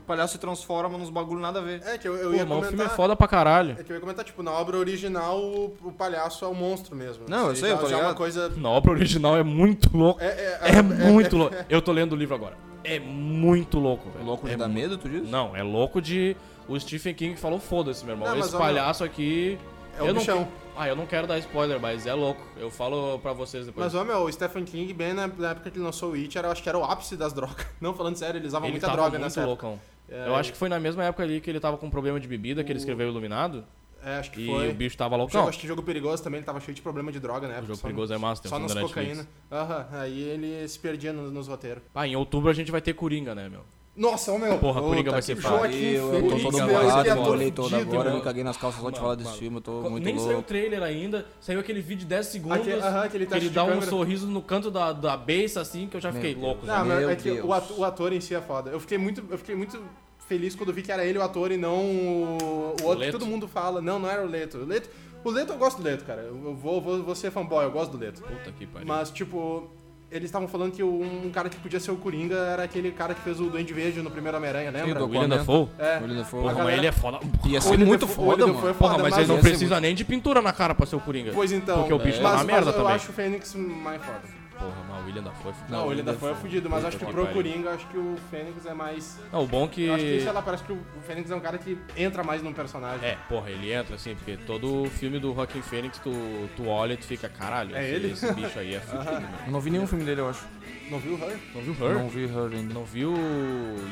palhaço se transforma nos bagulho nada a ver. É que eu, eu Pô, ia mas o filme é comentar... foda pra caralho. É que eu ia comentar, tipo, na obra original o, o palhaço é o monstro mesmo. Não, eu Isso sei, aí eu já- tô já é uma ligado. coisa... Na obra original é muito louco. É, (laughs) É, é- (laughs) é- muito louco. Eu tô lendo o livro agora. É muito louco, velho. Louco de é dar mu- medo, tu diz? Não, é louco de. O Stephen King falou: foda-se, meu irmão. Não, mas Esse olha- palhaço aqui. É o eu não bichão. que- Ah, eu não quero dar spoiler, mas é louco. Eu falo pra vocês depois. Mas, ó, meu, o Stephen King, bem na na época que ele lançou o It, era, eu acho que era o ápice das drogas. (laughs) Não, falando sério, ele usava ele muita tava droga muito nessa época. loucão. É, eu acho que foi na mesma época ali que ele tava com problema de bebida, que ele escreveu Iluminado. É, acho que E foi. o bicho tava O jogo, loucão. acho que jogo perigoso também, ele tava cheio de problema de droga, né? O jogo perigoso é massa, tem um Só filme nas da Netflix. cocaína. Aham, aí ele se perdia no- nos, roteiros. Ah, em outubro a gente vai ter Coringa, né, meu? Nossa, ô meu! Porra, Puta Coringa vai que ser pariu, foda. eu tô Fênix, todo meu, bolado, esse eu ator bolei todo fudido, agora, eu meu. me caguei nas calças só de Mano, falar desse mano. filme, eu tô Co- muito Nem saiu o louco. trailer ainda, saiu aquele vídeo de 10 segundos. Aquele- aham, aquele que teste ele de dá um câmera. sorriso no canto da, da beça, assim, que eu já Meu fiquei Deus. louco. já. Não, mas Meu é que Deus. o ato- o ator em si é foda. Eu fiquei muito, eu fiquei muito feliz quando eu vi que era ele o ator e não o, o O outro que Leto? todo mundo fala. Não, não era o Leto. O Leto, o Leto eu gosto do Leto, cara. Eu eu vou, vou, vou ser fanboy, eu gosto do Leto. Puta que pariu. Mas, tipo, Eles estavam falando que um cara que podia ser o Coringa era aquele cara que fez o Duende Verde no primeiro Homem-Aranha, lembra? Sim, do- William Aquaman. Dafoe? É. Olho da Porra, fogo. A galera- mas ele é foda. Ia O ser William muito Dafoe- o foda, William mano. Dafoe é Porra, foda, mas ele não ia ser precisa nem de pintura na cara pra ser o Coringa. Pois então. Porque o bicho é. tá mas, na merda mas eu também. acho o Fênix mais foda. Porra, mas o William Dafoe... filho. Não, o William Dafoe é fudido, mas Puta acho que que pro pariu. Coringa, acho que o Fênix é mais... Não, o bom é que... Eu acho que, sei lá, parece que o Fênix é um cara que entra mais num personagem. É, porra, ele entra assim, porque todo filme do Rockin' Phoenix, tu, tu olha e tu fica, caralho, É esse, ele? esse bicho aí é fudido, mano. Não vi nenhum filme dele, eu acho. Não viu o Her? Não viu Her? Não vi Her ainda. Não viu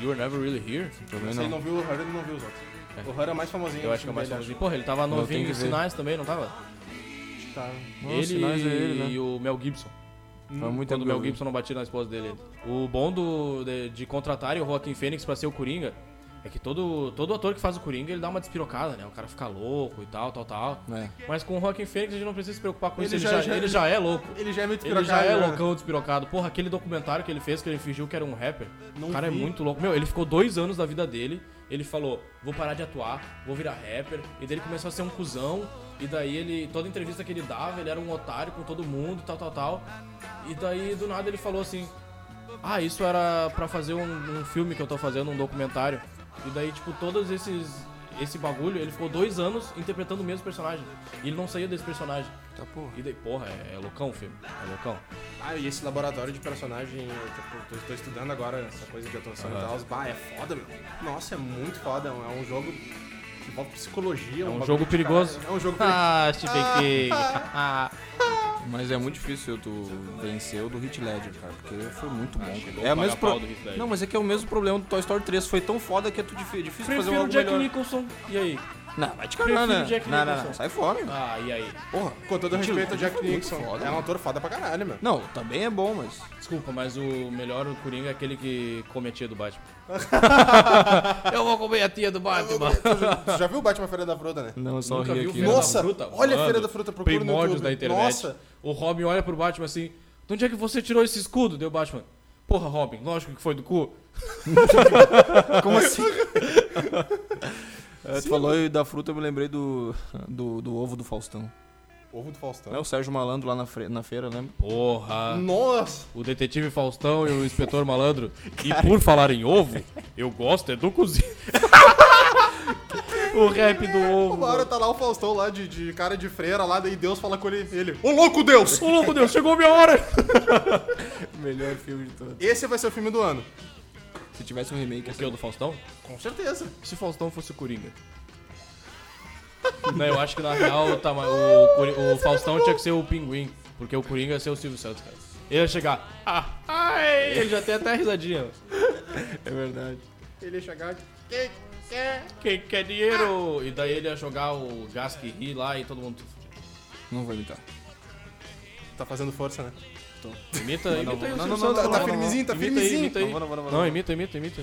You Were Never Really Here? Também Você não. não viu o Her, ele não viu os outros. É. O Her é mais famosinho. Eu acho que é o o mais dele, famosinho. Porra, ele tava Não, tem novinho que em ver. Sinais também, não tava? acho. Tá. Nossa, ele Sinais é ele, né? e o Mel Gibson. Foi muito quando o tempo Mel que eu vi. Gibson não batia na esposa dele. O bom do, de, de contratarem o Joaquim Fênix pra ser o Coringa é que todo, todo ator que faz o Coringa, ele dá uma despirocada, né? O cara fica louco e tal, tal, tal. É. Mas com o Joaquim Fênix a gente não precisa se preocupar com Ele isso, ele já, já- já- ele já é louco. Ele já é meio Ele já é despirocado, né? loucão, despirocado. Porra, aquele documentário que ele fez, que ele fingiu que era um rapper. Não o cara vi. é muito louco. Meu, ele ficou dois anos da vida dele. Ele falou, vou parar de atuar, vou virar rapper. E daí ele começou a ser um cuzão. E daí ele, toda entrevista que ele dava, ele era um otário com todo mundo, tal, tal, tal. E daí do nada ele falou assim: Ah, isso era pra fazer um, um filme que eu tô fazendo, um documentário. E daí, tipo, todos esses. Esse bagulho, ele ficou dois anos interpretando o mesmo personagem. E ele não saía desse personagem. Tá porra. E daí, porra, é, é loucão o filme. É loucão. Ah, e esse laboratório de personagem, eu tipo, tô, tô estudando agora essa coisa de atuação e Aham. tal. Bah, é foda, meu. Nossa, é muito foda. É um é um jogo que envolve psicologia. É um bagulho jogo de perigoso. caralho. É um jogo perigoso. Ah, Stephen King. Ah. (laughs) Mas é muito difícil tu vencer o do Hit Ledger, cara, porque foi muito bom. Ah, chegou cara. É a o mesmo pagar pro... pau do Heath Ledger. Não, mas é que é o mesmo problema do Toy Story 3. Foi tão foda que é tu difí- difícil fazer Prefiro um o algo Jack melhor. Nicholson. E aí? Não, vai te Prefiro cagar, né? o Jack não, não, Nicholson. não. Sai fora, meu. Ah, e aí? Porra. Com todo Hit respeito ao Ledger Jack foi muito Nixon. foda, é um mano. ator foda pra caralho, meu. Não, também é bom, mas... Desculpa, mas o melhor Coringa é aquele que come a tia do (laughs) Batman. Eu vou comer a tia do Batman. Tu já, (laughs) tu já viu o Batman Feira da Fruta, né? Não, só Nunca ri viu (laughs) aqui. Feira da Nossa, Fruta? olha a Mano, Feira da Fruta, procura no Primórdios YouTube. da internet. Nossa. O Robin olha pro Batman assim, de onde é que você tirou esse escudo? Deu Batman. Porra, Robin, lógico que foi do cu. Como assim? É, tu falou aí da fruta, eu me lembrei do, do, do ovo do Faustão. Ovo do Faustão. É o Sérgio Malandro lá na, fre- na feira, lembra? Porra. Nossa! O detetive Faustão e o inspetor malandro. E por falar em ovo, eu gosto é do (laughs) cozinho. o rap do ovo. Uma hora tá lá o Faustão lá de, de cara de freira lá, daí Deus fala com ele, ele, ô louco Deus! Ô louco Deus, chegou minha hora! Melhor filme de todos. Esse vai ser o filme do ano. Se tivesse um remake, O que é o do Faustão? Com certeza. Se Faustão fosse o Coringa. (laughs) Não, eu acho que na real o, tama- o Cori- o Faustão tinha que ser o pinguim. Porque o Coringa ia ser o Silvio Santos, cara. Ele ia chegar. "Ah, ai", ele já tem até a risadinha. é verdade. Ele ia chegar. "Quem quer?" Quem quer dinheiro? E daí ele ia jogar o gás que ri lá e todo mundo. Não vou imitar. Tá fazendo força, né? Imita, imita aí o não, Silvio não, não, Santos. não, Tá lá. não, firmezinho, Imita tá aí, firmezinho. imita aí. Não, não, não, não, Não, não. imita, imita, imita.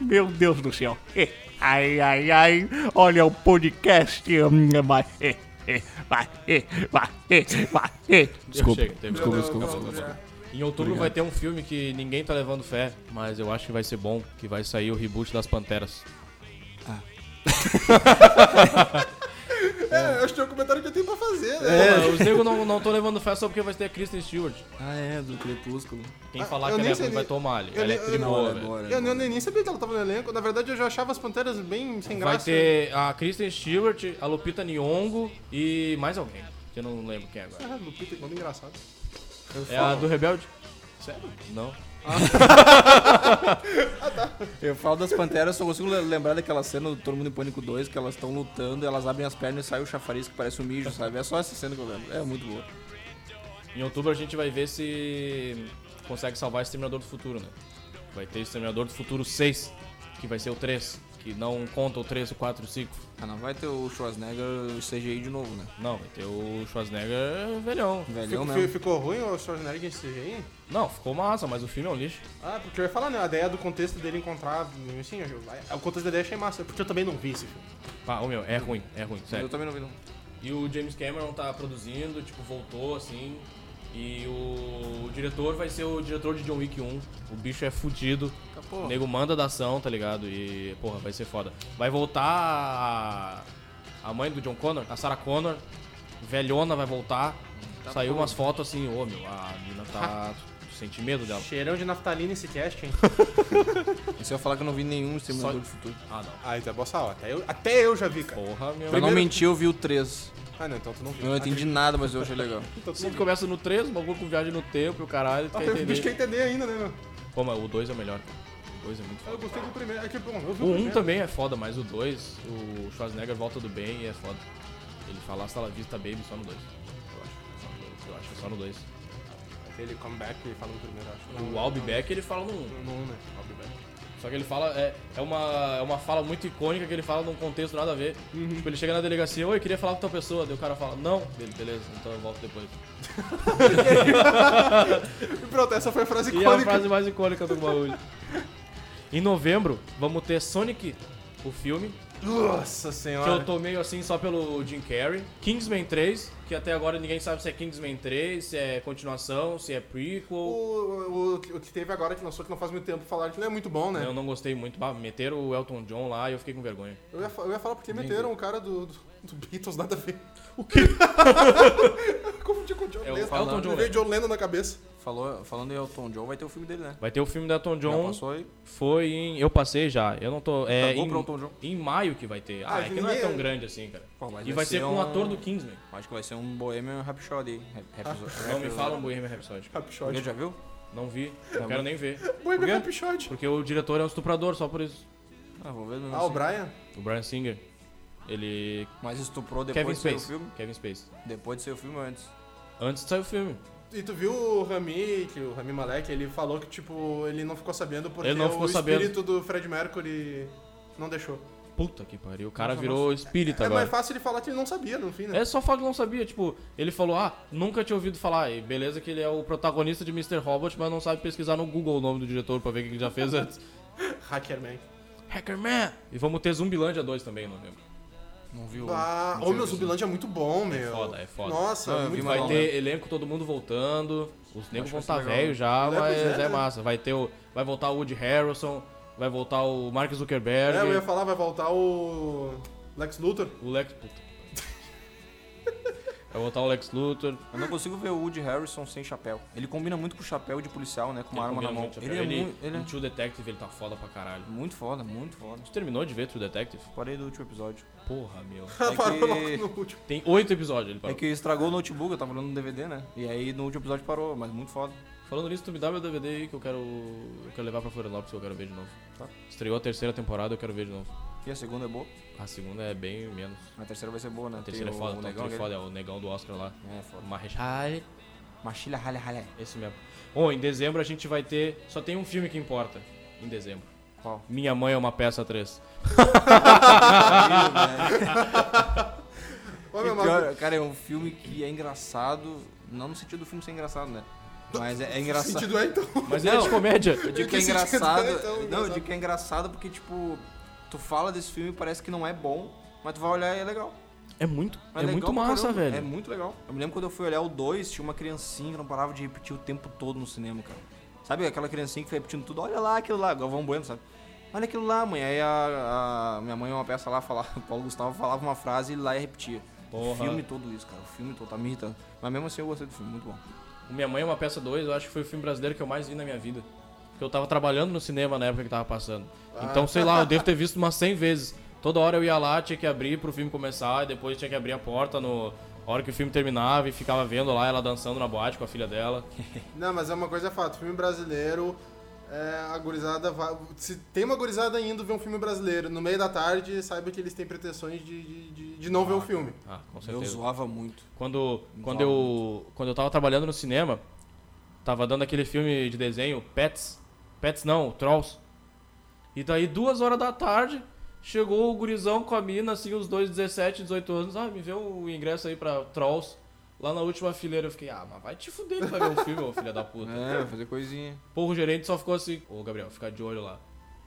Meu Deus do céu. Eh, Ai, ai, ai. Olha o podcast. hum, Vai, eh, eh, vai, eh, vai, eh, vai, eh. Desculpa, chega, termina. desculpa, Não, desculpa, calma, desculpa. já. Em outubro vai ter um filme que ninguém tá levando fé, mas eu acho que vai ser bom, que vai sair o reboot das Panteras. É, eu acho que é o comentário que eu tenho pra fazer, né? Não, mas os negros não estão levando fé só porque vai ter a Kristen Stewart. Ah, é, do Crepúsculo. Quem Ah, falar eu que ela nem é sei ruim nem- vai tomar ali. eu Ela é nem- Não, eu tribô, olha, velho. agora. Eu nem, eu nem sabia que ela tava no elenco. Na verdade, eu já achava as panteras bem sem Vai graça. ter a Kristen Stewart, a Lupita Nyong'o e mais alguém, que eu não lembro quem é agora. Ah, Lupita, quando engraçado. É a do Rebelde? Sério? Não. Eu falo das Panteras, só consigo le- lembrar daquela cena do Todo Mundo em Pânico 2, que elas estão lutando, elas abrem as pernas e sai o chafariz que parece um mijo, sabe? É só essa cena que eu lembro. É muito boa. Em outubro a gente vai ver se consegue salvar Exterminador do Futuro, né? Vai ter Exterminador do Futuro 6, que vai ser o 3, que não conta o 3, o 4 e o 5. Ah, não vai ter o Schwarzenegger CGI de novo, né? Não, vai ter o Schwarzenegger velhão. Velhão Ficou, mesmo. ficou ruim o Schwarzenegger em CGI? Não, ficou massa, mas o filme é um lixo. Ah, porque eu ia falar, né? A ideia do contexto dele encontrar. Assim, eu- o contexto da ideia eu achei massa, porque eu também não vi esse filme. Ah, ô meu, é ruim, é ruim, Eu sério. também não vi, não. E o James Cameron tá produzindo, tipo, voltou assim. E o, o diretor vai ser o diretor de John Wick 1. O bicho é fudido. O nego manda da ação, tá ligado? E, porra, vai ser foda. Vai voltar a, a mãe do John Connor, a Sarah Connor. Velhona vai voltar. Saiu umas fotos assim, ô meu, a mina tá. Tu sente medo dela. Cheirão de naftalina esse cast, hein? E se eu falar que eu não vi nenhum Exterminador do Futuro? Ah, não. Ah, então é bossa hora. Até eu, até eu já vi, cara. Porra, meu. é Pra não Primeiro- mentir, eu vi o 3. Ah, não, então tu não viu. Eu não entendi nada, mas eu achei legal. Então tu não Sempre viu. começa no 3, o bagulho com viagem no tempo e o caralho, tu Ah, quer teve (laughs) bicho que entender. entender ainda, né, meu? Pô, mas o 2 é melhor, cara. O 2 é muito Eu foda. gostei do primeiro. É que, bom, eu vi O 1 primeiro. também é foda, mas o 2, o Schwarzenegger volta do bem e é foda. Ele fala Hasta la vista, baby, só no 2. Eu acho. Eu acho que é só no 2. Aquele comeback ele fala no primeiro, acho. O I'll be back, ele fala no 1. Não, né? I'll be back. Só que ele fala, é, é, uma, é uma fala muito icônica que ele fala num contexto nada a ver. Tipo, ele chega na delegacia, oi, queria falar com tal pessoa. Daí o cara fala, não. Dele, beleza, então eu volto depois. E pronto, essa foi a frase E é a icônica. frase mais icônica do baú. em novembro, vamos ter Sonic, o filme, Nossa que eu senhora. tô meio assim só pelo Jim Carrey. Kingsman 3, que até agora ninguém sabe se é Kingsman 3, se é continuação, se é prequel. O, o, o que teve agora que lançou, que não faz muito tempo, falaram que não é muito bom, né? Eu não gostei muito. Bah, meteram o Elton John lá e eu fiquei com vergonha. Eu ia, fa- eu ia falar porque meteram o cara do, do, do Beatles, nada a ver. O (laughs) quê? Confundi com o John É o Lennon. Elton John. Me veio John Lennon na cabeça. Falou, falando em Elton John, vai ter o filme dele, né? Vai ter o filme do Elton Já John. passou Tá aí. Foi em. Eu passei já. Eu não tô. É, Cagou em, pro Elton John. em maio que vai ter. Ah, Ah, é que não é ninguém- tão grande assim, cara. Pô, mas e vai ser com o um- ator do Kingsman. Acho que vai ser um Bohemian Rhapsody. aí. Rap- Rhapsody. Não me falam Bohemian Rhapsody. Rapshot. Alguém já viu? Não vi. Tá Não quero nem ver. Boi, quê? meu Rapshot. Porque o diretor é um estuprador, só por isso. Ah, vou ver mesmo Ah, o assim. Brian? O Brian Singer. Ele. Mas estuprou depois Kevin de sair o Space. filme? Kevin Space. Depois de ser o filme ou antes. Antes saiu o filme. E tu viu o Rami, que o Rami Malek, ele falou que, tipo, ele não ficou sabendo porque Ele não ficou o sabendo. espírito do Fred Mercury não deixou. Puta que pariu. O cara virou espírita É mais agora. fácil ele falar que ele não sabia, no fim, né? É só falar que não sabia, tipo, ele falou, ah, nunca tinha ouvido falar, e beleza que ele é o protagonista de Mr. Robot, mas não sabe pesquisar no Google o nome do diretor pra ver o que ele já fez (laughs) antes. É? Hackerman. Hackerman! E vamos ter Zumbilândia 2 também, não lembro. Não Tipo, viu? Ah, ô, meu Zumbilândia é muito bom, meu. foda, é foda. Nossa, Ah, eu vi muito Vai mais Não, bom. ter elenco, todo mundo voltando, os negros vão vai ser estar legal, velhos já, É, mas pois é, é, né? massa. Vai ter o, vai voltar o Woody Harrelson, vai voltar o Mark Zuckerberg, É, eu ia falar, vai voltar o Lex Luthor. o Lex... Puta. (laughs) vai voltar o Lex Luthor. Eu não consigo ver o Woody Harrison sem chapéu. Ele combina muito com o chapéu de policial, né? Com uma arma combina na mão. muito, Ele é, muito, ele em é True Detective, ele tá foda pra caralho. muito foda, muito foda. Tu terminou de ver True Detective? Parei do último episódio. Porra, meu. Parou É que, logo (laughs) no último. Tem oito episódios ele é parou. que estragou o notebook, eu tava olhando no DVD, né? E aí no último episódio parou, mas muito foda. Falando nisso, tu me dá meu DVD aí que eu quero. Eu quero levar pra Florianópolis que eu quero ver de novo. Tá. Estreou a terceira temporada, eu quero ver de novo. E a segunda é boa, A segunda é bem menos. a terceira vai ser boa, né? A terceira é Tem o- foda, o tá? negão, Então, aquele. foda, é o negão do Oscar lá. É, foda. Marrechal. Machila ralha (laughs) ralha. Esse mesmo. Bom, em dezembro a gente vai ter. Só tem um filme que importa. Em dezembro. Qual? Minha Mãe é uma Peça 3. Ô, meu, E mas- pior, cara, é um filme que é engraçado, não no sentido do filme ser engraçado, né? Mas é, é Que engraçado. sentido é, então? (laughs) Mas ele é de Não. comédia. Eu digo que é Que sentido é, engraçado. não, então, eu engraçado? digo que é engraçado porque, tipo, tu fala desse filme e parece que não é bom, mas tu vai olhar e é legal. É muito, Mas é legal muito pra massa, caramba, velho. É muito legal. Eu me lembro quando eu fui olhar o 2, tinha uma criancinha que não parava de repetir o tempo todo no cinema, cara. Sabe aquela criancinha que foi repetindo tudo? Olha lá aquilo lá, Galvão Bueno, sabe? Olha aquilo lá, mãe. Aí a, a minha mãe, uma peça lá, falava, o (laughs) Paulo Gustavo falava uma frase e lá e repetia. O Porra. filme todo isso, cara. O filme todo tá me irritando. Mas mesmo assim eu gostei do filme, muito bom. O Minha Mãe é uma Peça 2, eu acho que foi o filme brasileiro que eu mais vi na minha vida. Porque eu tava trabalhando no cinema na época que tava passando. Então, sei lá, eu devo ter visto umas 100 vezes. Toda hora eu ia lá, tinha que abrir pro filme começar, e depois tinha que abrir a porta no... a hora que o filme terminava e ficava vendo lá ela dançando na boate com a filha dela. Não, mas é uma coisa é fato. Filme brasileiro, é, a gurizada vai... Se tem uma gurizada indo ver um filme brasileiro no meio da tarde, saiba que eles têm pretensões de, de, de- de não ver o filme. Ah, com Eu certeza. zoava muito. Quando, quando, eu, quando eu tava trabalhando no cinema, tava dando aquele filme de desenho, Pets. Pets não, Trolls. E daí, duas horas da tarde, chegou o gurizão com a mina, assim, os dois 17, 18 anos. Ah, me vê o ingresso aí pra Trolls. Lá na última fileira eu fiquei, ah, mas vai te fuder que vai ver o filme, ô filha da puta. (laughs) É, fazer coisinha. Porra, o gerente só ficou assim, ô Gabriel, fica de olho lá.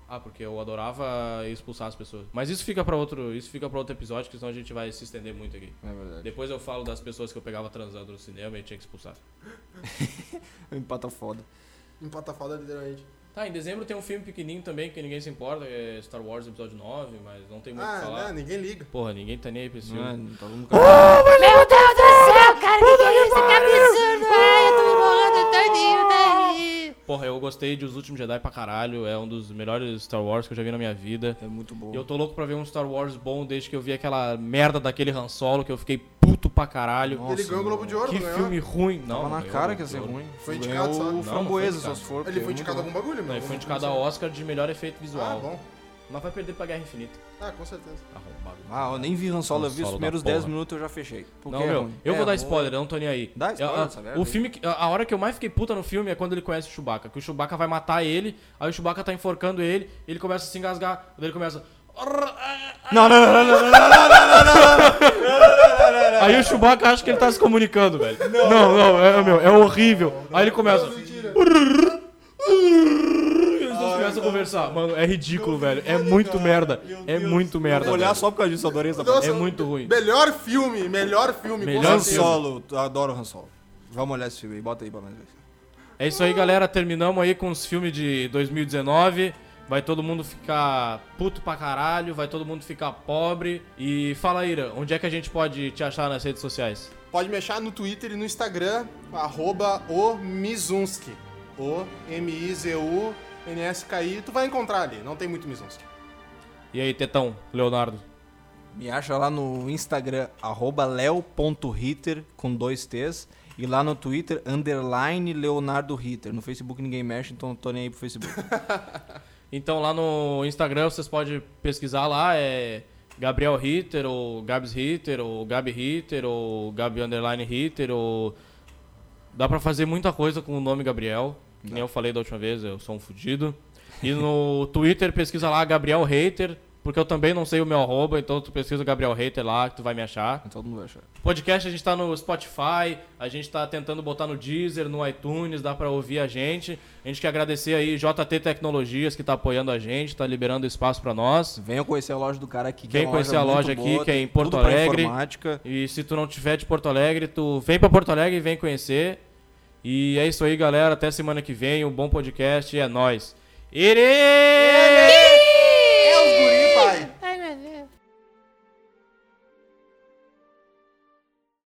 Ah, porque eu adorava expulsar as pessoas. Mas isso fica pra outro, isso fica para outro episódio, que senão a gente vai se estender muito aqui. É verdade. Depois eu falo das pessoas que eu pegava transando no cinema e tinha que expulsar. Empata tá foda. Empata foda, literalmente. Tá, em dezembro tem um filme pequenininho também que ninguém se importa, é Star Wars Episódio 9, mas não tem muito o que Ah, falar. né? Ninguém liga. Porra, ninguém tá nem aí pra esse Não é, filme. não tá todo mundo- Meu Deus do céu, cara, o que, que é isso? ficar pensando, ai, eu tô me morrendo todinho daí. Porra, eu gostei de Os Últimos Jedi pra caralho. É um dos melhores Star Wars que eu já vi na minha vida. É muito bom. E eu tô louco pra ver um Star Wars bom desde que eu vi aquela merda daquele Han Solo que eu fiquei puto pra caralho. Nossa, ele ganhou o Globo de Ouro, que não ganhou? filme ruim. Não, Tava não na ganhou cara o que ia ser Globo de Ouro. ruim. Foi indicado só. Ganhou Não, o não foi Framboesa, só indicado. se for. porque Ele é foi muito indicado a bom. algum bagulho, Não, mano. ele foi indicado a Oscar de um, melhor efeito Ah, visual. bom. Mas vai perder pra Guerra Infinita. Ah, com certeza. Arrombado. Ah, eu nem vi Han Solo, eu Han vi os Solo da primeiros 10 porra. minutos eu já fechei. Porque Não, é meu, ruim. eu É vou dar ruim. spoiler, eu não tô nem aí. Dá spoiler, Eu- essa merda o aí. filme, que- a a hora que eu mais fiquei puta no filme é quando ele conhece o Chewbacca, que o Chewbacca vai matar ele, aí o Chewbacca tá enforcando ele, ele começa a se engasgar, daí ele começa. Não, não, não, não, não, não, não, Aí o Chewbacca acha que ele tá se comunicando, velho. Não, não, é, meu, é horrível. aí ele começa. Mentira. E eles dois começam a conversar. Mano, é ridículo, velho. É muito merda. É muito Eu merda. vou olhar velho. só por causa disso, eu adorei essa parte. Nossa, É muito ruim. Melhor filme, melhor filme, Melhor Han com certeza. Solo, eu adoro Han Solo. Vamos olhar esse filme aí, bota aí pra nós ver. É isso aí, galera. Terminamos aí com os filmes de 2019. Vai todo mundo ficar puto pra caralho, vai todo mundo ficar pobre. E fala, Ira, onde é que a gente pode te achar nas redes sociais? Pode me achar no Twitter e no Instagram, arroba o Mizunski. O M-I-Z-U-N-S-K-I. Tu vai encontrar ali, não tem muito Mizunski. E aí, Tetão, Leonardo? Me acha lá no Instagram, arroba leo.hitter, com dois T's. E lá no Twitter, underline Leonardo Ritter. No Facebook ninguém mexe, então não tô nem aí pro Facebook. (laughs) Então lá no Instagram vocês podem pesquisar lá, é Gabriel Ritter, ou Gabs Ritter, ou Gabi Ritter, ou Gabi Underline Ritter, ou... Dá pra fazer muita coisa com o nome Gabriel. Que Nem eu falei da última vez, eu sou um fudido. E no (laughs) Twitter pesquisa lá Gabriel Hater, porque eu também não sei o meu arroba, então tu pesquisa Gabriel Hater lá, que tu vai me achar. Todo mundo vai achar. Podcast a gente tá no Spotify, a gente tá tentando botar no Deezer, no iTunes, dá pra ouvir a gente. A gente quer agradecer aí JT Tecnologias que tá apoiando a gente, tá liberando espaço pra nós. Venham conhecer a loja do cara aqui. que Vem é uma conhecer a muito loja aqui, boa, que é em tem Porto tudo pra Alegre. informática. E se tu não tiver de Porto Alegre, tu vem pra Porto Alegre e vem conhecer. E é isso aí, galera, até semana que vem, um bom podcast e é nós. Ere! É